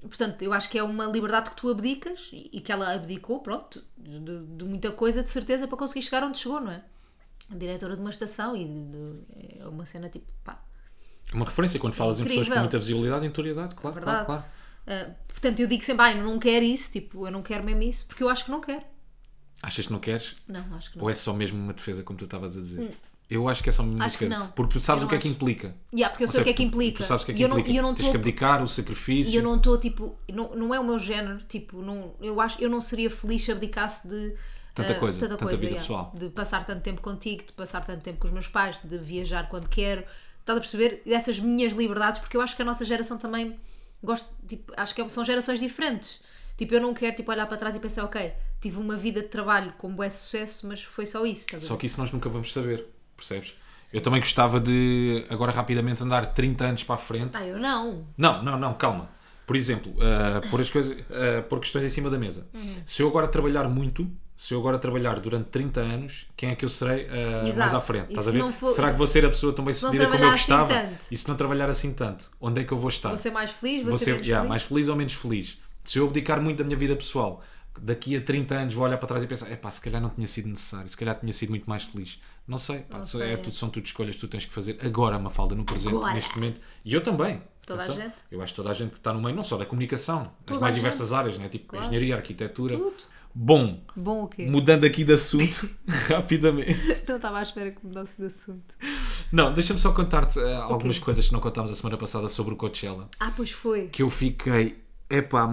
B: Portanto, eu acho que é uma liberdade que tu abdicas e e que ela abdicou, pronto, de, de muita coisa, de certeza, para conseguir chegar onde chegou, não é? Diretora de uma estação e de, de- é uma cena tipo, pá.
A: É Uma referência quando falas em pessoas com
B: Incrível.
A: muita visibilidade e notoriedade, claro,
B: Verdade.
A: claro, claro.
B: Ah, portanto, eu digo sempre, ai, não quero isso, tipo, eu não quero mesmo isso, porque eu acho que não quero.
A: Achas que não queres?
B: Não, acho que não.
A: Ou é só mesmo uma defesa, como tu estavas a dizer? Eu acho que é só mesmo uma
B: Hum. Acho que
A: defesa.
B: não.
A: Porque tu sabes
B: Eu
A: o que é
B: acho.
A: que implica.
B: Yeah, porque eu
A: Ou
B: sei
A: seja,
B: o que é que
A: tu-
B: implica.
A: Tu sabes o que é que
B: e eu não,
A: implica.
B: e eu não
A: Tens
B: tô-
A: que abdicar o
B: E
A: sacrifício.
B: eu não estou tipo, não, não é o meu género, tipo, não, eu acho eu não seria feliz se abdicasse de
A: Tanta
B: ah,
A: coisa, tanta vida
B: é.
A: pessoal.
B: de passar tanto tempo contigo, de passar tanto tempo com os meus pais, de viajar quando quero, estás a perceber? Dessas minhas liberdades, porque eu acho que a nossa geração também Gosto, tipo, acho que é- são gerações diferentes. Tipo, eu não quero tipo, olhar para trás e pensar, ok, tive uma vida de trabalho com bué sucesso, mas foi só isso. estás a
A: Só
B: ver?
A: que isso nós nunca vamos saber, percebes? Eu também gostava de, agora rapidamente, andar 30 anos para a frente.
B: Ah, eu não.
A: Não, não, não, calma. Por exemplo, ah, pôr, as coisas, ah, pôr questões em cima da mesa.
B: Uhum.
A: Se eu agora trabalhar muito, se eu agora trabalhar durante 30 anos, quem é que eu serei ah, mais
B: Exato.
A: à frente?
B: E
A: Estás
B: se
A: a ver?
B: não for-
A: Será que vou ser a pessoa tão bem sucedida como eu
B: trabalhar assim
A: gostava?
B: tanto?
A: E se não trabalhar assim tanto, onde é que eu vou estar?
B: Vou ser mais feliz, vou,
A: vou
B: ser,
A: ser
B: menos
A: yeah,
B: feliz.
A: mais feliz ou menos feliz. Se eu abdicar muito da minha vida pessoal, daqui a 30 anos vou olhar para trás e pensar, epá, se calhar não tinha sido necessário, se calhar tinha sido muito mais feliz. Não sei, pá,
B: Não
A: só-
B: sei,
A: é
B: é.
A: tudo- são tudo escolhas que tu tens que fazer agora, Mafalda, no presente,
B: Agora.
A: neste momento. E eu também.
B: Toda a
A: atenção.
B: gente.
A: Eu acho que toda a gente que está no meio, não só da comunicação, das
B: Toda
A: mais
B: a
A: diversas áreas, né? tipo
B: Claro.
A: engenharia, arquitetura. Bom,
B: Bom o quê?
A: mudando aqui de assunto, rapidamente.
B: Não estava à espera que mudasses de assunto.
A: Não, deixa-me só contar-te eh, algumas coisas que não contámos a semana passada sobre o Coachella.
B: Ah, pois foi.
A: Que eu fiquei, epá,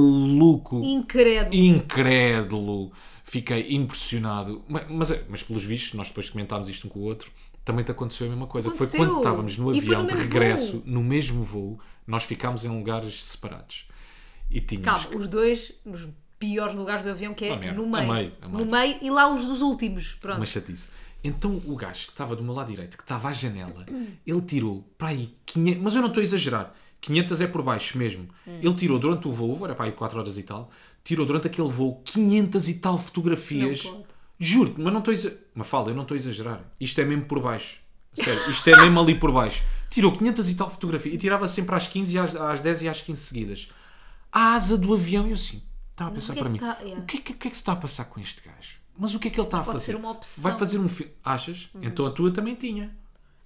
A: maluco.
B: Incrédulo.
A: incrédulo, fiquei impressionado. Ma- Mas, é- mas pelos vistos, nós depois comentámos isto um com o outro, também te aconteceu a mesma coisa. Foi
B: Aconteceu.
A: quando estávamos no
B: E foi
A: avião
B: no
A: de
B: mesmo
A: regresso,
B: voo.
A: no mesmo voo, nós ficámos em lugares separados. E tínhamos.
B: Calma, os dois nos piores lugares do avião, que é
A: Ah, merda.
B: no meio.
A: A meio, a meio.
B: No meio e lá os dos últimos. Pronto.
A: Uma chatice. Então o gajo que estava do meu lado direito, que estava à janela, ele tirou para aí 500, mas eu não estou a exagerar, 500 é por baixo mesmo.
B: Hum.
A: Ele tirou durante o voo, era para aí 4 horas e tal, tirou durante aquele voo 500 e tal fotografias.
B: Não pode.
A: Juro-te, mas não estou a exagerar. Mas fala, eu não estou a exagerar. Isto é mesmo por baixo. Sério, isto é mesmo ali por baixo. Tirou 500 e tal fotografias e tirava sempre às 15, e às, às 10 e às 15 seguidas. A asa do avião, eu assim, estava a
B: Mas
A: pensar
B: o que é
A: para mim,
B: que está- yeah.
A: o que, é que- o que é que se está a passar com este gajo? Mas o que é que ele está a
B: pode
A: fazer?
B: ser uma opção. Uhum.
A: Vai fazer um filme. Achas? Então a tua também tinha.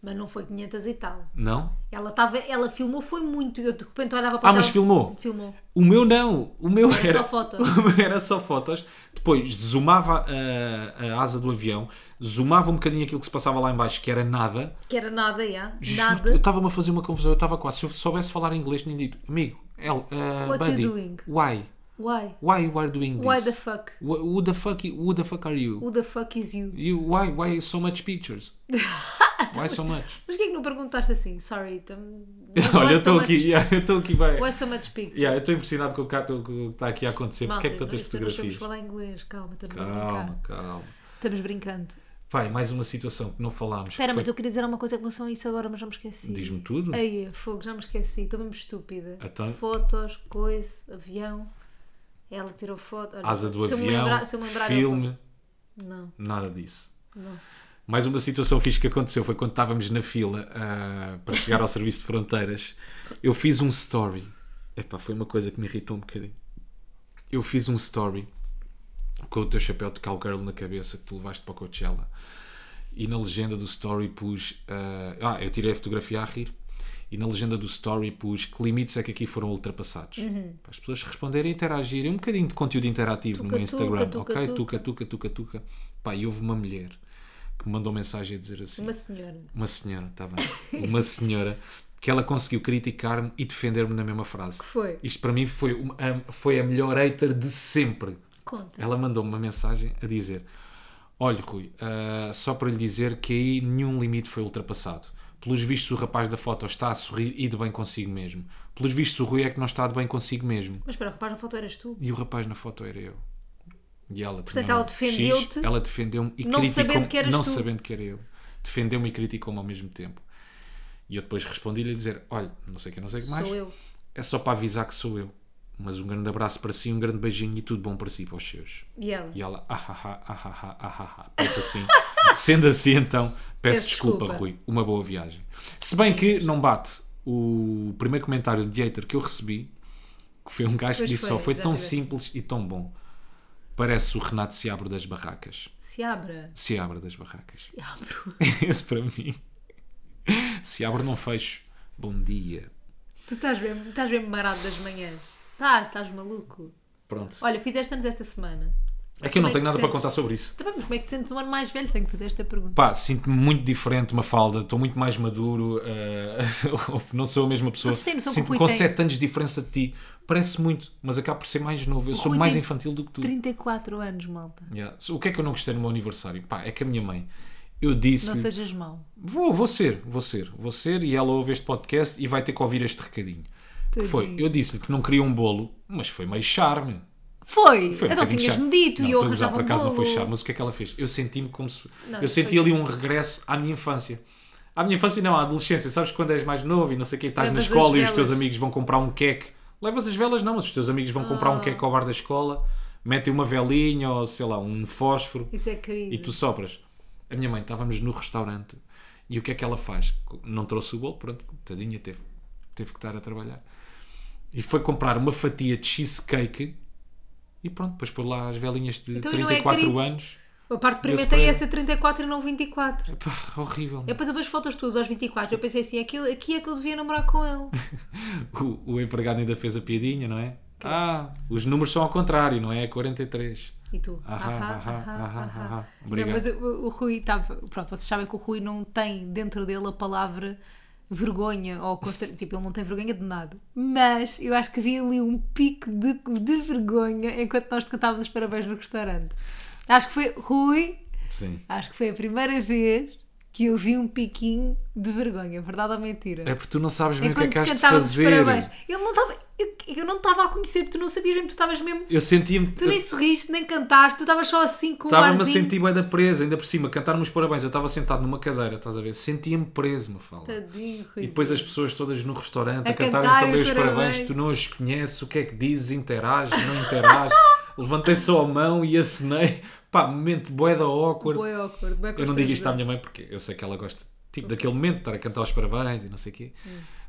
B: Mas não foi 500 e tal.
A: Não?
B: Ela, tava, ela filmou, foi muito. Eu de repente olhava para
A: Ah,
B: o
A: mas
B: tele-
A: filmou?
B: Filmou.
A: O meu não. O meu
B: Era
A: era,
B: só fotos.
A: o meu era só fotos. Depois zoomava a, a asa do avião, zoomava um bocadinho aquilo que se passava lá em baixo, que era nada.
B: Que era nada, já.
A: Juro-te,
B: Nada.
A: eu estava-me a fazer uma confusão, eu estava quase. Se eu soubesse falar inglês, tinha dito, amigo, El, uh,
B: What you
A: buddy,
B: doing?
A: why?
B: Why?
A: Why you are doing this?
B: Why the fuck?
A: Wh- who the fuck? you- Who the fuck are you?
B: Who the fuck is you?
A: You why why so much pictures?
B: Então,
A: why so much?
B: Mas porquê é que não perguntaste assim? Sorry. tam-
A: Olha,
B: why
A: eu
B: so
A: estou
B: much-
A: aqui, yeah, eu estou aqui, vai.
B: Why so much pictures?
A: Yeah, eu estou impressionado com o que está- com o que está aqui a acontecer.
B: Malta,
A: Porquê é que tantas
B: nós não sabemos
A: fotografias?
B: falar inglês. Calma, estamos a
A: Calma,
B: brincar.
A: calma.
B: Estamos brincando.
A: Pai, mais uma situação que não falámos.
B: Espera,
A: que
B: mas eu queria dizer uma coisa em relação a isso agora, mas já me esqueci.
A: Diz-me tudo.
B: Aí, fogo, já me esqueci. Estou mesmo estúpida.
A: Então-
B: Fotos, coisa, avião. Ela tirou foto. Olha,
A: Asa do
B: se eu me
A: avião,
B: lembrar- se eu me lembrar, eu
A: filme,
B: falo. Não,
A: nada disso.
B: não.
A: Mais uma situação fixe que aconteceu foi quando estávamos na fila ah, para chegar ao Serviço de Fronteiras. Eu fiz um story. Epá, foi uma coisa que me irritou um bocadinho. Eu fiz um story com o teu chapéu de cowgirl na cabeça que tu levaste para o Coachella. E na legenda do story pus. ah, ah, eu tirei a fotografia a rir. E na legenda do story pus que limites é que aqui foram ultrapassados. Para as pessoas responderem e interagirem. Um bocadinho de conteúdo interativo no meu
B: Uhum. Tuca,
A: Instagram.
B: tuca,
A: ok? Tuca,
B: tuca.
A: tuca, tuca, tuca. Pá, e houve uma mulher que me mandou mensagem a dizer assim.
B: Uma senhora.
A: Uma senhora, está bem. Uma senhora que ela conseguiu criticar-me e defender-me na mesma frase. Que
B: foi?
A: Isto para mim foi, uma- a, foi a melhor hater de sempre.
B: Conta.
A: Ela mandou-me uma mensagem a dizer: Olha, Rui, ah, só para lhe dizer que aí nenhum limite foi ultrapassado. Pelos vistos, o rapaz da foto está a sorrir e de bem consigo mesmo. Pelos vistos, o Rui é que não está de bem consigo mesmo.
B: Mas espera, o rapaz na foto eras tu.
A: E o rapaz na foto era eu. E ela
B: Portanto,
A: tinha
B: ela
A: um X,
B: defendeu-te,
A: Ela defendeu-me e
B: não
A: criticou-me.
B: sabendo que eras
A: não
B: tu.
A: sabendo que era eu. Defendeu-me e criticou-me ao mesmo tempo. E eu depois respondi-lhe a dizer: Olha, não sei o que, não sei o que mais.
B: Sou eu.
A: É só para avisar que sou eu. Mas um grande abraço para si, um grande beijinho e tudo bom para si e para os seus.
B: E ela.
A: E ela, ah, ah, ah, ah, ah, ah, ah, ah, pensa assim. Sendo assim, então, peço,
B: Peço
A: desculpa,
B: desculpa.
A: Rui. Uma boa viagem. Se bem que não bate o primeiro comentário de hater que eu recebi, que foi um gajo que
B: Pois
A: disse
B: foi,
A: só, foi
B: já
A: tão
B: tiveste."
A: simples e tão bom. Parece o Renato Seabra das Barracas.
B: Se abra.
A: Seabra das Barracas.
B: Se abro.
A: Esse para mim. Seabra não fecho. Bom dia.
B: Tu estás bem, estás bem marado das manhãs. Estás, estás maluco.
A: Pronto.
B: Olha, fizeste anos esta semana.
A: É que eu
B: como
A: não
B: é
A: tenho
B: que
A: nada para
B: sentes?
A: contar sobre isso.
B: Também, mas como é que te sentes um ano mais velho? Tenho que fazer esta pergunta.
A: Pá, sinto-me muito diferente, uma falda, estou muito mais maduro, eh, não sou a mesma pessoa.
B: Vocês têm noção que o
A: Sinto-me
B: Rui
A: com
B: tem-
A: 7 anos de diferença de ti. Parece muito, mas acabo por ser mais novo. Eu sou
B: Rui
A: mais
B: tem
A: infantil do que tu.
B: 34 anos, malta.
A: Yeah. O que é que eu não gostei no meu aniversário? Pá, é que a minha mãe, eu disse.
B: Não sejas mau.
A: Vou, vou ser, vou ser, vou ser, e ela ouve este podcast e vai ter que ouvir este recadinho. Foi, eu disse-lhe que não queria um bolo, mas foi meio charme.
B: Foi.
A: Foi um
B: então
A: bocadinho
B: tinhas-me
A: charme.
B: dito
A: não,
B: e eu
A: estou a gozar,
B: arranjava
A: por
B: um
A: acaso
B: bolo.
A: não foi charme, mas o que é que ela fez? Eu senti-me como se.
B: Não,
A: eu
B: isso
A: senti
B: foi-
A: ali um regresso à minha infância. À minha infância não, à adolescência. Sabes quando és mais novo e não sei o quê, estás
B: Levas
A: na escola
B: as
A: e os teus
B: velas.
A: amigos vão comprar um queque. Levas as velas não, mas os teus amigos vão comprar
B: Ah.
A: um queque ao bar da escola, metem uma velinha ou sei lá, um fósforo
B: Isso é querido.
A: e tu sopras. A minha mãe, estávamos no restaurante e o que é que ela faz? Não trouxe o bolo, pronto, tadinha, teve, teve que estar a trabalhar. E foi comprar uma fatia de cheesecake e pronto, depois pôr lá as velinhas de
B: Então, e não é
A: 34
B: querido?
A: anos.
B: A parte primeira
A: Esse
B: tem
A: foi-
B: essa 34 e não 24.
A: Pá, horrível.
B: Eu depois eu vejo fotos tuas aos 24 eu pensei assim, aqui, aqui é que eu devia namorar com ele.
A: O, o empregado ainda fez a piadinha, não é? Ah, os números são ao contrário, não é? É 43.
B: E tu,
A: Ahá,
B: ahá,
A: ahá, ahá,
B: ahá,
A: ahá.
B: ahá. Não,
A: Obrigado.
B: mas o, o Rui estava. Pronto, vocês sabem que o Rui não tem dentro dele a palavra vergonha ou constr- tipo, ele não tem vergonha de nada. Mas eu acho que vi ali um pico de, de vergonha enquanto nós te cantávamos os parabéns no restaurante. Acho que foi, Rui,
A: Sim.
B: acho que foi a primeira vez que eu vi um piquinho de vergonha, verdade ou mentira?
A: É porque tu não sabes bem o que é
B: Enquanto
A: que has de
B: cantavas os
A: fazer.
B: parabéns. Ele não estava. Eu, eu não estava a conhecer, porque tu não sabias mesmo, tu estavas mesmo.
A: Eu sentia-me.
B: Tu nem sorriste, nem cantaste, tu estavas só assim com o
A: Estava-me a
B: arzinho.
A: sentir bué da presa, ainda por cima, cantar-me os parabéns. Eu estava sentado numa cadeira, estás a ver? Sentia-me preso, me fala.
B: Tadinho,
A: E
B: Ruizinho.
A: depois as pessoas todas no restaurante a,
B: é. A
A: cantarem
B: cantar
A: também
B: os
A: os parabéns.
B: parabéns.
A: tu não as conheces, o que é que dizes, interages, não interages. Levantei só a mão e acenei. Pá, momento bué da awkward.
B: Bué awkward, bué
A: Eu não digo isto à
B: constrangedor.
A: minha mãe porque eu sei que ela gosta, tipo, daquele momento, de estar a cantar os parabéns e não sei o quê.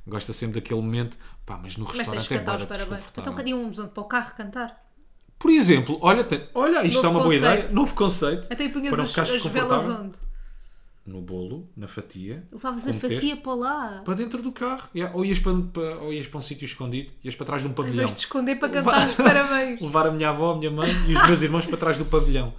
A: Gosta sempre daquele momento. Pá, mas no
B: Hum. Mas tens
A: restaurante
B: de
A: é
B: cantar os
A: bué da
B: parabéns.
A: desconfortável.
B: Então cadinho um para o carro cantar.
A: Por exemplo, olha, tem- olha isto
B: Novo
A: é uma boa
B: conceito.
A: ideia. Novo conceito.
B: Então e punhas
A: Para não
B: as,
A: ficares
B: as velas
A: desconfortável.
B: onde?
A: no bolo, na fatia.
B: Levavas
A: com
B: a
A: um texto,
B: fatia para lá.
A: Para dentro do carro. Yeah. Ou, ias para, para- ou ias para um sítio escondido, ias para trás de um pavilhão.
B: Vais te esconder para cantar os parabéns.
A: Levar a minha avó, a minha mãe e os meus irmãos para trás do pavilhão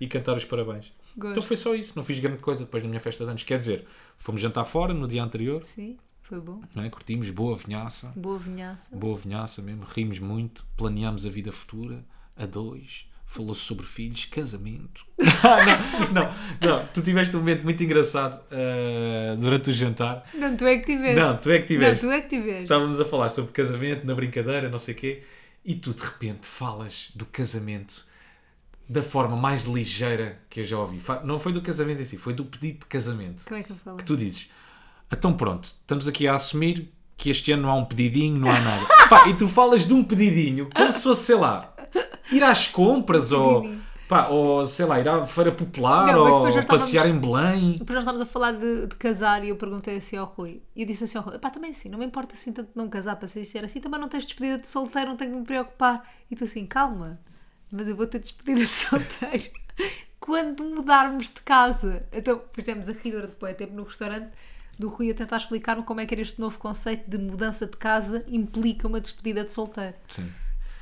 A: e cantar os parabéns.
B: Gosto.
A: Então foi só isso, não fiz grande coisa depois da minha festa de anos. Quer dizer, fomos jantar fora no dia anterior,
B: Sim, foi bom.
A: não é? curtimos boa vinhaça,
B: Boa vinhaça.
A: boa vinhaça mesmo, rimos muito, planeámos a vida futura, a dois, falou-se sobre filhos, casamento. Ah, não, não, não, tu tiveste um momento muito engraçado ah, durante o jantar.
B: Não, tu é que tiveste.
A: Não, tu é que
B: Não,
A: tiveste.
B: tu é que tiveste.
A: Estávamos a falar sobre casamento, na brincadeira, não sei o quê, e tu de repente falas do casamento da forma mais ligeira que eu já ouvi. Fa- Não foi do casamento em si, foi do pedido de casamento.
B: Como é que eu falo?
A: Que tu dizes, então pronto, estamos aqui a assumir que este ano não há um pedidinho, não há nada. Pá, e tu falas de um pedidinho como se fosse, sei lá, ir às compras ou,
B: Um Pedidinho.
A: pá, ou sei lá, ir à feira popular
B: Não, mas
A: ou
B: depois já estávamos-
A: passear em Belém.
B: Depois nós estávamos a falar de, de casar e eu perguntei assim ao Rui. E eu disse assim ao Rui: pá, também assim, não me importa assim tanto não casar, para ser sincero assim, também não tens despedida de solteiro, não tenho que me preocupar. E tu assim, calma, mas eu vou ter despedida de solteiro quando mudarmos de casa. Então, depois estivemos a rir durante bué tempo no restaurante do Rui a tentar explicar-me como é que era este novo conceito de mudança de casa implica uma despedida de solteiro.
A: Sim.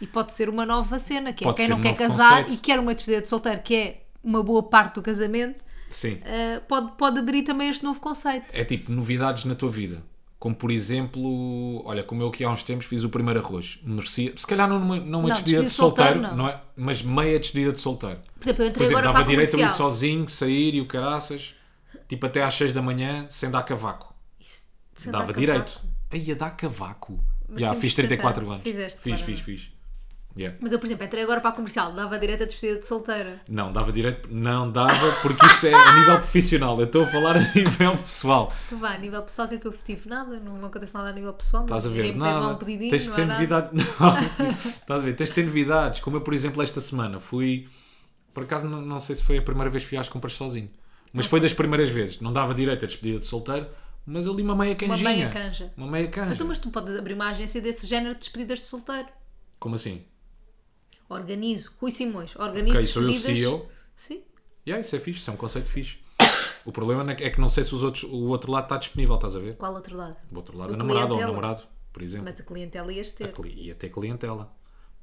B: E pode ser uma nova cena, que é
A: Pode
B: quem
A: ser
B: não
A: um
B: quer
A: novo
B: casar
A: conceito.
B: e quer uma despedida de solteiro, que é uma boa parte do casamento.
A: Sim.
B: Uh, pode, pode aderir também a este novo conceito.
A: É tipo novidades na tua vida. Como por exemplo, olha, como eu aqui há uns tempos fiz o primeiro arroz. Merecia, se calhar não, numa- não uma
B: Não,
A: despedida
B: despedida
A: de
B: de solteiro,
A: solteiro,
B: não.
A: não é? mas meia despedida de solteiro.
B: Por exemplo, eu
A: Por
B: entrei
A: exemplo,
B: agora
A: dava
B: para a
A: direito ali
B: comercial.
A: sozinho, sair e o caraças, tipo até às 6 da manhã, sem dar cavaco.
B: Isso, sem
A: dava
B: dar
A: direito.
B: cavaco.
A: Aí a dar cavaco.
B: Mas
A: Já,
B: temos
A: fiz
B: de tentar.
A: 34 anos.
B: Fizeste,
A: fiz,
B: claro.
A: fiz, fiz. Yeah.
B: Mas eu, por exemplo, entrei agora para a comercial, dava direito a despedida de solteira.
A: Não, dava direito, não dava, porque isso é a nível profissional. Eu estou a falar a nível pessoal.
B: Então vá, a nível pessoal, o que é que eu tive? Nada, não, não acontece nada a nível pessoal.
A: Estás a ver?
B: Ninguém me pede lá
A: Nada.
B: um pedidinho,
A: Tens de
B: não há
A: ter
B: nada.
A: novidades. Não. Estás a ver? Tens de ter novidades. Como eu, por exemplo, esta semana fui. Por acaso, não, não sei se foi a primeira vez que fui às compras sozinho. Mas foi das primeiras vezes. Não dava direito a despedida de solteiro, mas ali uma meia canjinha.
B: meia canja.
A: Uma meia canja.
B: Então, mas tu podes abrir uma agência desse género de despedidas de solteiro.
A: Como assim?
B: Organizo, Rui Simões, organizo
A: Ok, sou eu
B: despedidas.
A: CEO.
B: Sim.
A: Yeah, isso é fixe. Isso é um conceito fixe. O problema é que- é que não sei se os outros, o outro lado está disponível, estás a ver?
B: Qual outro lado?
A: O outro lado
B: O
A: é namorado ou
B: clientela.
A: namorado, por exemplo.
B: Mas a clientela é- ias ter.
A: Cli- E até clientela.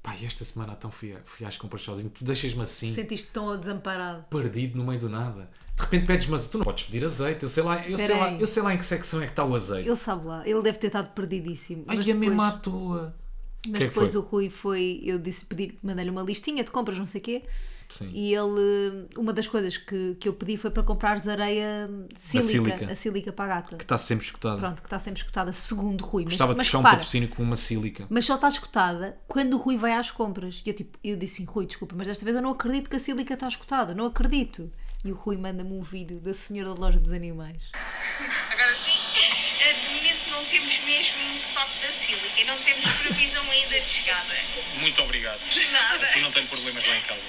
A: Pá, e esta semana então fui, a- fui às compras sozinho. Tu deixas-me assim.
B: Sentiste tão desamparado.
A: perdido no meio do nada. De repente pedes mas tu não podes pedir azeite, eu sei lá, eu sei lá,
B: Peraí.
A: eu sei lá em que secção é que está o azeite.
B: Ele sabe lá, ele deve ter estado perdidíssimo.
A: Ai,
B: mas
A: é mesmo
B: depois-
A: à toa.
B: Mas
A: Que é que
B: depois
A: foi?
B: o Rui foi, eu disse pedir, mandei-lhe uma listinha de compras, não sei o quê,
A: Sim.
B: E ele, uma das coisas que, que eu pedi foi para comprares areia sílica,
A: sílica.
B: a sílica para a gata.
A: que está sempre escutado.
B: Pronto, que está sempre escutada, segundo Rui. Mas,
A: Gostava de
B: mas
A: fechar um
B: repara,
A: patrocínio com uma sílica.
B: mas só está escutada quando o Rui vai às compras. E eu, tipo, eu disse assim, Rui, desculpa, mas desta vez eu não acredito que a sílica está escutada, não acredito. E o Rui manda-me um vídeo da senhora da loja dos animais.
D: Agora sim, eh, de momento não temos mesmo um stock da sílica e não temos previsão ainda de chegada.
E: Muito obrigado.
D: nada.
E: Assim não tenho problemas lá em casa.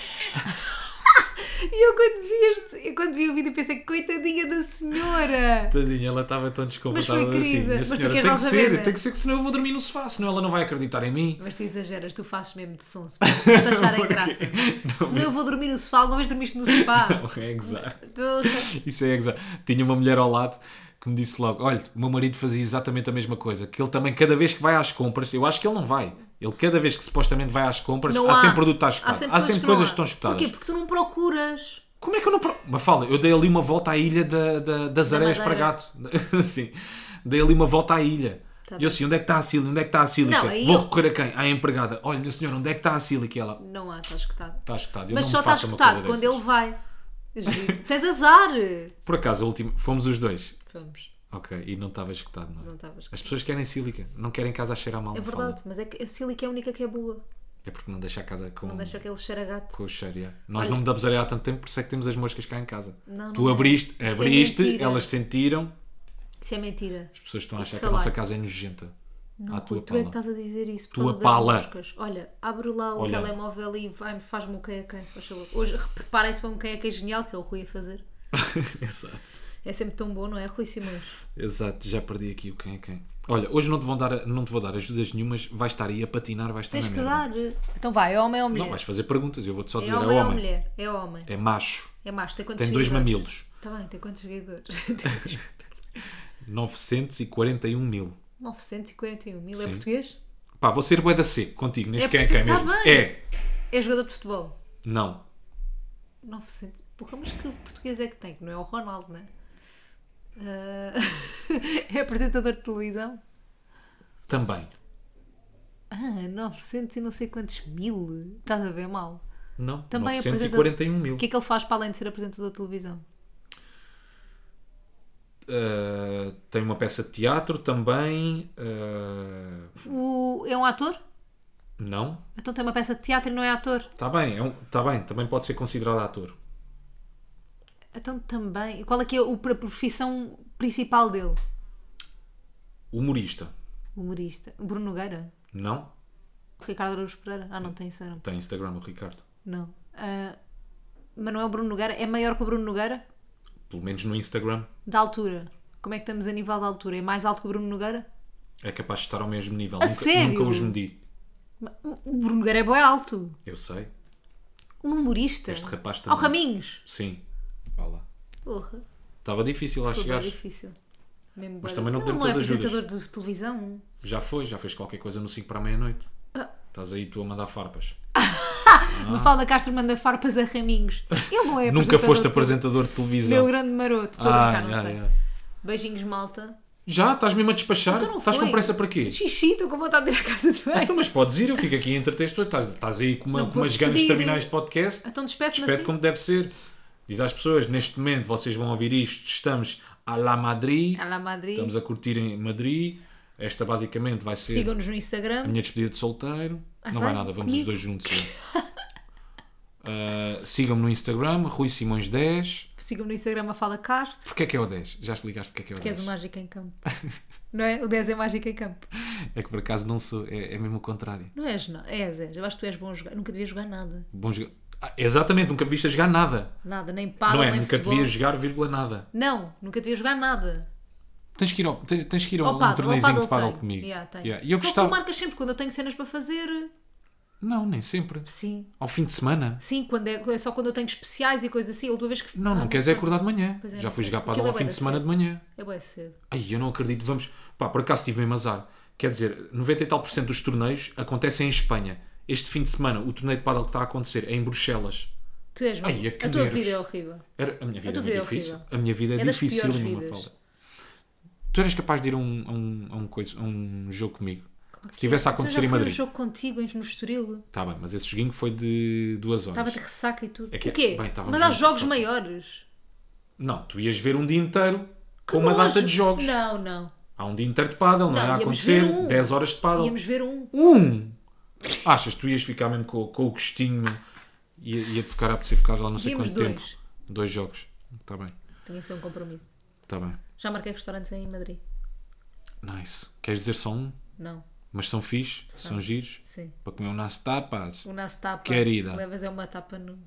B: E eu quando vi, este, eu quando vi o vídeo pensei, coitadinha da senhora!
A: Tadinha, ela estava tão desconfortável
B: Mas foi
A: assim.
B: querida.
A: Minha
B: Mas tu
A: senhora,
B: queres
A: tem
B: lá
A: que
B: saber,
A: ser,
B: né?
A: tem que ser, que senão eu vou dormir no sofá, senão ela não vai acreditar em mim.
B: Mas tu exageras, tu fazes mesmo de sonso para te acharem graça. Senão eu vou dormir no sofá, alguma vez dormiste no sofá.
A: É gozar.
B: Tu-
A: Isso é exato. Tinha uma mulher ao lado que me disse logo: Olha, o meu marido fazia exatamente a mesma coisa. Que ele também, cada vez que vai às compras, eu acho que ele não vai. Ele, cada vez que supostamente vai às compras,
B: Não
A: há, sempre produto a escutar. Há sempre,
B: que não
A: coisas
B: há.
A: que estão escutadas.
B: Porquê? Porque tipo tu não procuras.
A: Como é que eu não. Pro... Mas fala, eu dei ali uma volta à ilha da, da- das
B: Da
A: areias para
B: Madeira.
A: gato. Assim, dei ali uma volta à ilha.
B: Tá
A: e eu assim, onde é que está a sílica? Onde é que está a sílica?
B: Não, aí
A: Vou
B: eu-
A: recorrer a quem? À empregada. Olha, minha senhora, onde é que está a sílica? E ela
B: Não há, está escutado.
A: está escutada. Eu
B: Mas
A: não
B: só
A: me
B: está
A: faço uma coisa
B: escutado quando
A: dessas."
B: ele vai. Giro. Tens azar!
A: Por acaso, a última... fomos os dois.
B: Vamos,
A: Ok, e não estava escutado, não é?
B: não estavas.
A: As pessoas querem sílica, não querem casa a cheirar mal.
B: É
A: não fala.
B: verdade, mas é que a sílica é a única que é boa.
A: É porque não deixa a casa com,
B: Não deixa aquele cheiro a gato.
A: com o cheiro. yeah. Nós não mudamos areia há tanto tempo, por isso é que temos as moscas cá em casa.
B: Não,
A: tu
B: não é.
A: abriste,
B: Isso é
A: abriste,
B: mentira.
A: elas sentiram.
B: Isso é mentira.
A: As pessoas estão a
B: E
A: achar que a
B: sei lá.
A: nossa casa é nojenta.
B: Não,
A: à
B: Rui,
A: tua
B: tu é que
A: pala.
B: estás a dizer isso. por
A: Tua
B: causa das
A: pala.
B: moscas. Olha, abre lá o
A: Olhando.
B: telemóvel e vai- faz-me um quem é quem, se faz favor. Hoje, preparem-se para um quem é quem genial, que é o Rui a fazer. tá-
A: Exato.
B: É sempre tão bom, não é, Rui Simões?
A: Exato, já perdi aqui o quem é quem. Olha, hoje não te, vão dar, não te vou dar ajudas nenhumas, vais estar aí a patinar, vais estar
B: Tens
A: na
B: que
A: merda.
B: dar. Então vai, é homem ou mulher?
A: é Não, vais fazer perguntas, eu vou-te só
B: é
A: dizer,
B: homem
A: é
B: ou
A: homem,
B: mulher? É homem.
A: é macho,
B: É macho, tem quantos
A: tem dois
B: seguidores?
A: mamilos,
B: Tá bem, tem quantos seguidores? Tem
A: 941 mil.
B: 941 mil. É
A: Sim.
B: português?
A: Pá, vou ser bué da seco contigo, neste
B: É
A: quem é
B: portu-
A: quem
B: tá
A: mesmo.
B: bem.
A: É,
B: É jogador de futebol?
A: não,
B: 900. Porra, mas que português é que tem? Que não é o Ronaldo, não é? Ah, é apresentador de televisão?
A: também.
B: Ah, 900 e não sei quantos mil. Estás a ver mal?
A: Não,
B: Também
A: 941 mil.
B: O que é que ele faz para além de ser apresentador de televisão?
A: Uh, tem uma peça de teatro também. uh,
B: O- É um ator?
A: não,
B: Então tem uma peça de teatro e não é ator?
A: está bem, é um, tá bem, também pode ser considerado ator.
B: Então também. E Qual é que é o- a profissão principal dele?
A: Humorista,
B: Humorista. Bruno Nogueira?
A: não?
B: Ricardo Araújo Pereira? Ah, não tem Instagram.
A: Tem Instagram, o Ricardo.
B: Não. Ah, mas não é o Bruno Nogueira? É maior que o Bruno Nogueira?
A: Pelo menos no Instagram.
B: Da altura. Como é que estamos a nível da altura? É mais alto que o Bruno Nogueira?
A: É capaz de estar ao mesmo nível.
B: A
A: nunca,
B: sério?
A: nunca os medi.
B: Ma- O Bruno Nogueira é bem alto.
A: Eu sei.
B: Um humorista.
A: Este rapaz
B: Ao
A: também.
B: Raminhos.
A: Sim. Vá lá.
B: Porra.
A: Estava difícil lá
B: Foi bem
A: chegar.
B: difícil. Mesmo
A: Mas
B: bué
A: também não
B: difícil.
A: podemos
B: Ele não é
A: as ajudas.
B: apresentador de televisão.
A: Já foi, já fez qualquer coisa no 5 para a meia-noite.
B: Ah.
A: Estás aí tu a mandar farpas.
B: Mafalda Castro manda farpas a Raminhos. Ele não é
A: Ah. Nunca
B: apresentador
A: foste
B: de
A: apresentador de televisão.
B: Meu grande maroto, estou a brincar, não
A: Ah,
B: sei.
A: ah, ah.
B: Beijinhos, malta.
A: Já? Estás mesmo a despachar?
B: Então não
A: Ah, Estás
B: foi.
A: com pressa para quê?
B: Xixi, estou com vontade de ir à casa de banho.
A: Então,
B: Então,
A: mas podes ir, eu fico aqui entre texto. Estás, estás aí com, uma,
B: Não
A: com
B: vou
A: umas ganas de
B: despedir.
A: terminar este podcast.
B: despeço-me
A: Espero
B: assim.
A: como deve ser. Diz às pessoas, neste momento vocês vão ouvir isto, estamos à la Madrid.
B: À la é Madrid.
A: Estamos a curtir em Madrid. Esta basicamente vai ser
B: Sigam-nos no
A: a
B: Instagram.
A: minha despedida de solteiro. não vai
B: Ah, vai?
A: nada, vamos os
B: Comigo?
A: dois juntos. Ah, Sigam-me no Instagram, Rui Simões 10.
B: Sigam-me no Instagram Mafalda Castro.
A: Porquê é que é o 10? Já explicaste porque é que é o
B: Que és
A: 10?
B: o mágico em campo. não é? O 10 é mágico em campo.
A: É que por acaso não sou, é, é mesmo o contrário.
B: Não és, não. És, és. Eu acho que tu és bom a jogar. Nunca devias jogar nada.
A: Bom joga- Ah, exatamente, nunca viste a jogar nada.
B: Nada. Nem paga,
A: não é?
B: nem
A: Nunca
B: futebol.
A: devias jogar, vírgula, nada.
B: Não. Nunca devias jogar nada.
A: Tens que ir, ao, tens, tens que ir a
B: Ao
A: um
B: paddle, ao
A: torneizinho
B: paddle
A: de paddle
B: tenho.
A: comigo.
B: Yeah, tenho.
A: Yeah. E eu
B: Só
A: gostava.
B: que tu marcas sempre quando eu tenho cenas para fazer.
A: Não, nem sempre.
B: Sim.
A: Ao fim de semana.
B: Sim, quando é, é só quando eu tenho especiais e coisas assim. A última vez que...
A: Não, não queres é acordar de manhã.
B: Pois é,
A: Já
B: não
A: fui
B: sei.
A: jogar
B: Aquilo
A: paddle
B: é
A: ao
B: bué
A: fim de
B: da
A: semana
B: cedo.
A: de manhã.
B: É bem cedo.
A: Ai, eu não acredito. Vamos. Pá, por acaso tive mesmo azar. Quer dizer, 90 e tal por cento dos torneios acontecem em Espanha. Este fim de semana, o torneio de paddle que está a acontecer é em Bruxelas.
B: Tu és bom.
A: Ai, é que
B: A tua
A: nervos.
B: vida é horrível.
A: Era, a minha vida
B: tua
A: é
B: vida é
A: muito difícil.
B: horrível.
A: A minha vida é,
B: É das
A: difícil,
B: piores
A: numa
B: vidas.
A: Tu eras capaz de ir a um, a um, a um coisa, a um jogo comigo? Se tivesse a
B: Então
A: acontecer
B: já
A: em
B: fui
A: Madrid.
B: um jogo contigo em- no Estoril.
A: Está bem, mas esse joguinho foi de duas horas.
B: Estava de ressaca e tudo.
A: É que-
B: o quê?
A: bem, estávamos
B: mas há
A: muito
B: jogos
A: ressaca.
B: maiores.
A: Não, tu ias ver um dia inteiro com
B: Como
A: uma data
B: hoje.
A: de jogos.
B: Não, não.
A: Há um dia inteiro de paddle, não,
B: Não,
A: é? A
B: íamos
A: acontecer
B: ver um.
A: 10 horas de paddle.
B: Íamos ver um.
A: Um! Achas que tu ias ficar mesmo com, com o gostinho? Ia- Ia-te ficar a apetecer ficar lá não sei
B: Íamos
A: quanto
B: dois.
A: tempo. Dois jogos. Está bem,
B: Tinha que ser um compromisso.
A: está bem.
B: Já marquei restaurantes em Madrid.
A: Nice. Queres dizer só um?
B: Não.
A: Mas são fixe, são giros.
B: Sim.
A: Para comer um nasce tapas.
B: O nosso tapa.
A: Querida.
B: Levas é uma tapa no.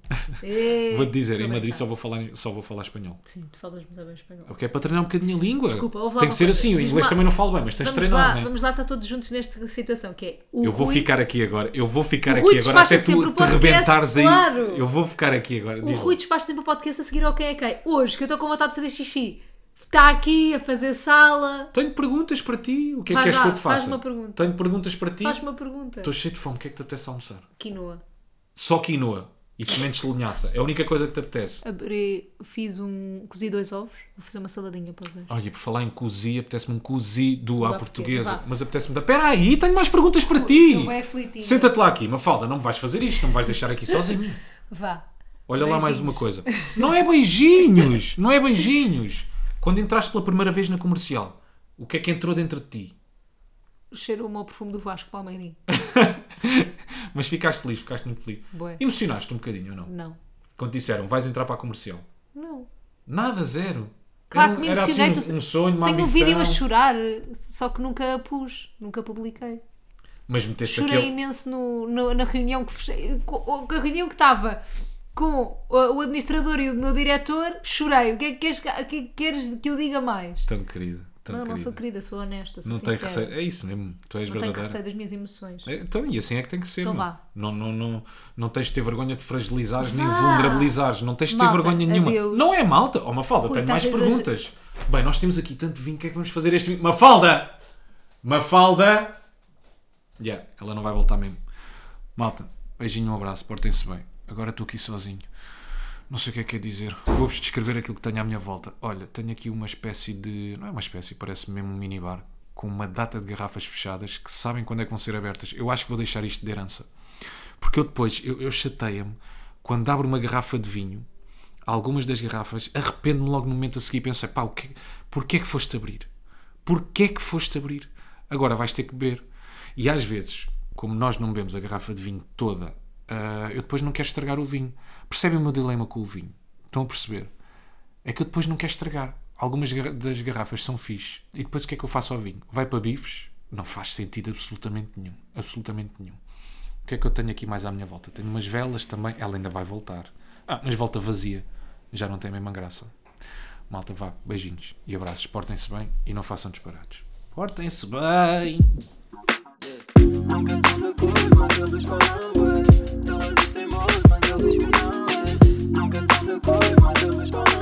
B: Ei,
A: Vou-te dizer,
B: estou
A: em
B: a
A: Madrid
B: brincar.
A: só vou, falar, só vou falar espanhol.
B: Sim, tu falas muito bem espanhol.
A: Porque é para treinar um bocadinho a língua.
B: Desculpa, ouve lá
A: Tem
B: uma
A: que ser
B: coisa.
A: assim, o
B: Diz-me
A: inglês
B: lá.
A: também não falo bem, mas tens de
B: Vamos
A: treinar,
B: lá,
A: não é?
B: vamos lá, está todos juntos nesta situação que é o
A: Eu vou
B: Rui-
A: ficar aqui agora, eu vou ficar
B: O
A: aqui
B: Rui
A: agora até
B: despacha sempre
A: tu
B: o
A: te
B: podcast,
A: rebentares aí.
B: claro.
A: Eu vou ficar aqui agora.
B: O
A: Diz lá.
B: Rui despacha sempre o podcast a seguir ao quem é quem. Hoje, que eu estou com vontade de fazer xixi, está aqui a fazer sala.
A: Tenho perguntas para ti. O que é
B: Vai
A: que queres
B: lá,
A: que eu te faça?
B: faz uma pergunta.
A: Tenho perguntas para ti.
B: Faz uma pergunta.
A: Estou cheio de fome. O que é que te apetece almoçar?
B: Quinoa.
A: Só quinoa e sementes de linhaça. É a única coisa que te apetece.
B: Abri, fiz um. cozi dois ovos, vou fazer uma saladinha para os dois.
A: Olha, por falar em cozi, apetece-me um cozido à
B: à
A: portuguesa.
B: portuguesa, vá. então
A: Mas apetece-me... da- Espera aí, tenho mais perguntas para ti.
B: estou bué aflitinha.
A: Senta-te lá aqui, Mafalda. Não me vais fazer isto. Não me vais deixar aqui sozinho.
B: Vá.
A: Olha lá mais
B: Beijinhos.
A: uma coisa. Não é beijinhos. Não é beijinhos. Quando entraste pela primeira vez na comercial, o que é que entrou dentro de ti?
B: Cheirou-me ao perfume do Vasco Palmeirinho.
A: Mas ficaste feliz, ficaste muito feliz.
B: Bué.
A: Emocionaste um bocadinho ou não?
B: Não.
A: Quando disseram, vais entrar para a comercial.
B: Não.
A: Nada, zero. Era
B: Claro
A: um-
B: que me
A: era
B: emocionei.
A: assim um, um sonho, uma
B: Tenho
A: ambição.
B: um vídeo a chorar, só que nunca pus, nunca publiquei.
A: Mas meteste
B: Chorei
A: aquele...
B: imenso no, no- na reunião que fechei, com, com a reunião que estava com o, o administrador e o meu diretor, chorei. O que é que queres que, o que, é que queres que eu diga mais?
A: Tão querida, tão
B: não,
A: querida.
B: não sou querida, sou honesta, sou
A: Não tens
B: sincera.
A: receio. É isso mesmo, tu és
B: não tenho
A: verdadeira.
B: receio das minhas emoções.
A: É, Então, e assim é que tem que ser.
B: Então
A: meu.
B: vá.
A: Não, não, não, não tens de ter vergonha de fragilizares nem
B: Vá.
A: vulnerabilizares. Não tens de ter
B: Malta,
A: vergonha nenhuma.
B: adeus.
A: Não é malta? Oh, Mafalda,
B: Rui,
A: tenho mais
B: estás a exager-
A: perguntas. Bem, nós temos aqui tanto vinho, o que é que vamos fazer este vinho? Mafalda! Mafalda! Yeah, ela não vai voltar mesmo. Malta, beijinho, um abraço, portem-se bem. Agora estou aqui sozinho. Não sei o que é que é dizer. Vou-vos descrever aquilo que tenho à minha volta. Olha, tenho aqui uma espécie de. Não é uma espécie, parece mesmo um minibar. Com uma data de garrafas fechadas que sabem quando é que vão ser abertas. Eu acho que vou deixar isto de herança. Porque eu depois, eu, eu chateia-me quando abro uma garrafa de vinho, algumas das garrafas, arrependo-me logo no momento a seguir e penso: pá, o que, porquê é que foste abrir? Porquê é que foste abrir? Agora vais ter que beber. E às vezes, como nós não bebemos a garrafa de vinho toda, ah, eu depois não quero estragar o vinho. Percebem o meu dilema com o vinho? Estão a perceber? É que eu depois não quero estragar. Algumas garra- das garrafas são fixe. E depois o que é que eu faço ao vinho? Vai para bifes? Não faz sentido absolutamente nenhum. Absolutamente nenhum. O que é que eu tenho aqui mais à minha volta? Tenho umas velas também. Ela ainda vai voltar. Ah, mas volta vazia. Já não tem a mesma graça. Malta, vá. Beijinhos e abraços. Portem-se bem e não façam disparados. Portem-se bem!
C: Nunca tanta coisa, mas eles falam bué. Eles têm voz, mas eles que não é. Nunca tanta coisa, mas eles falam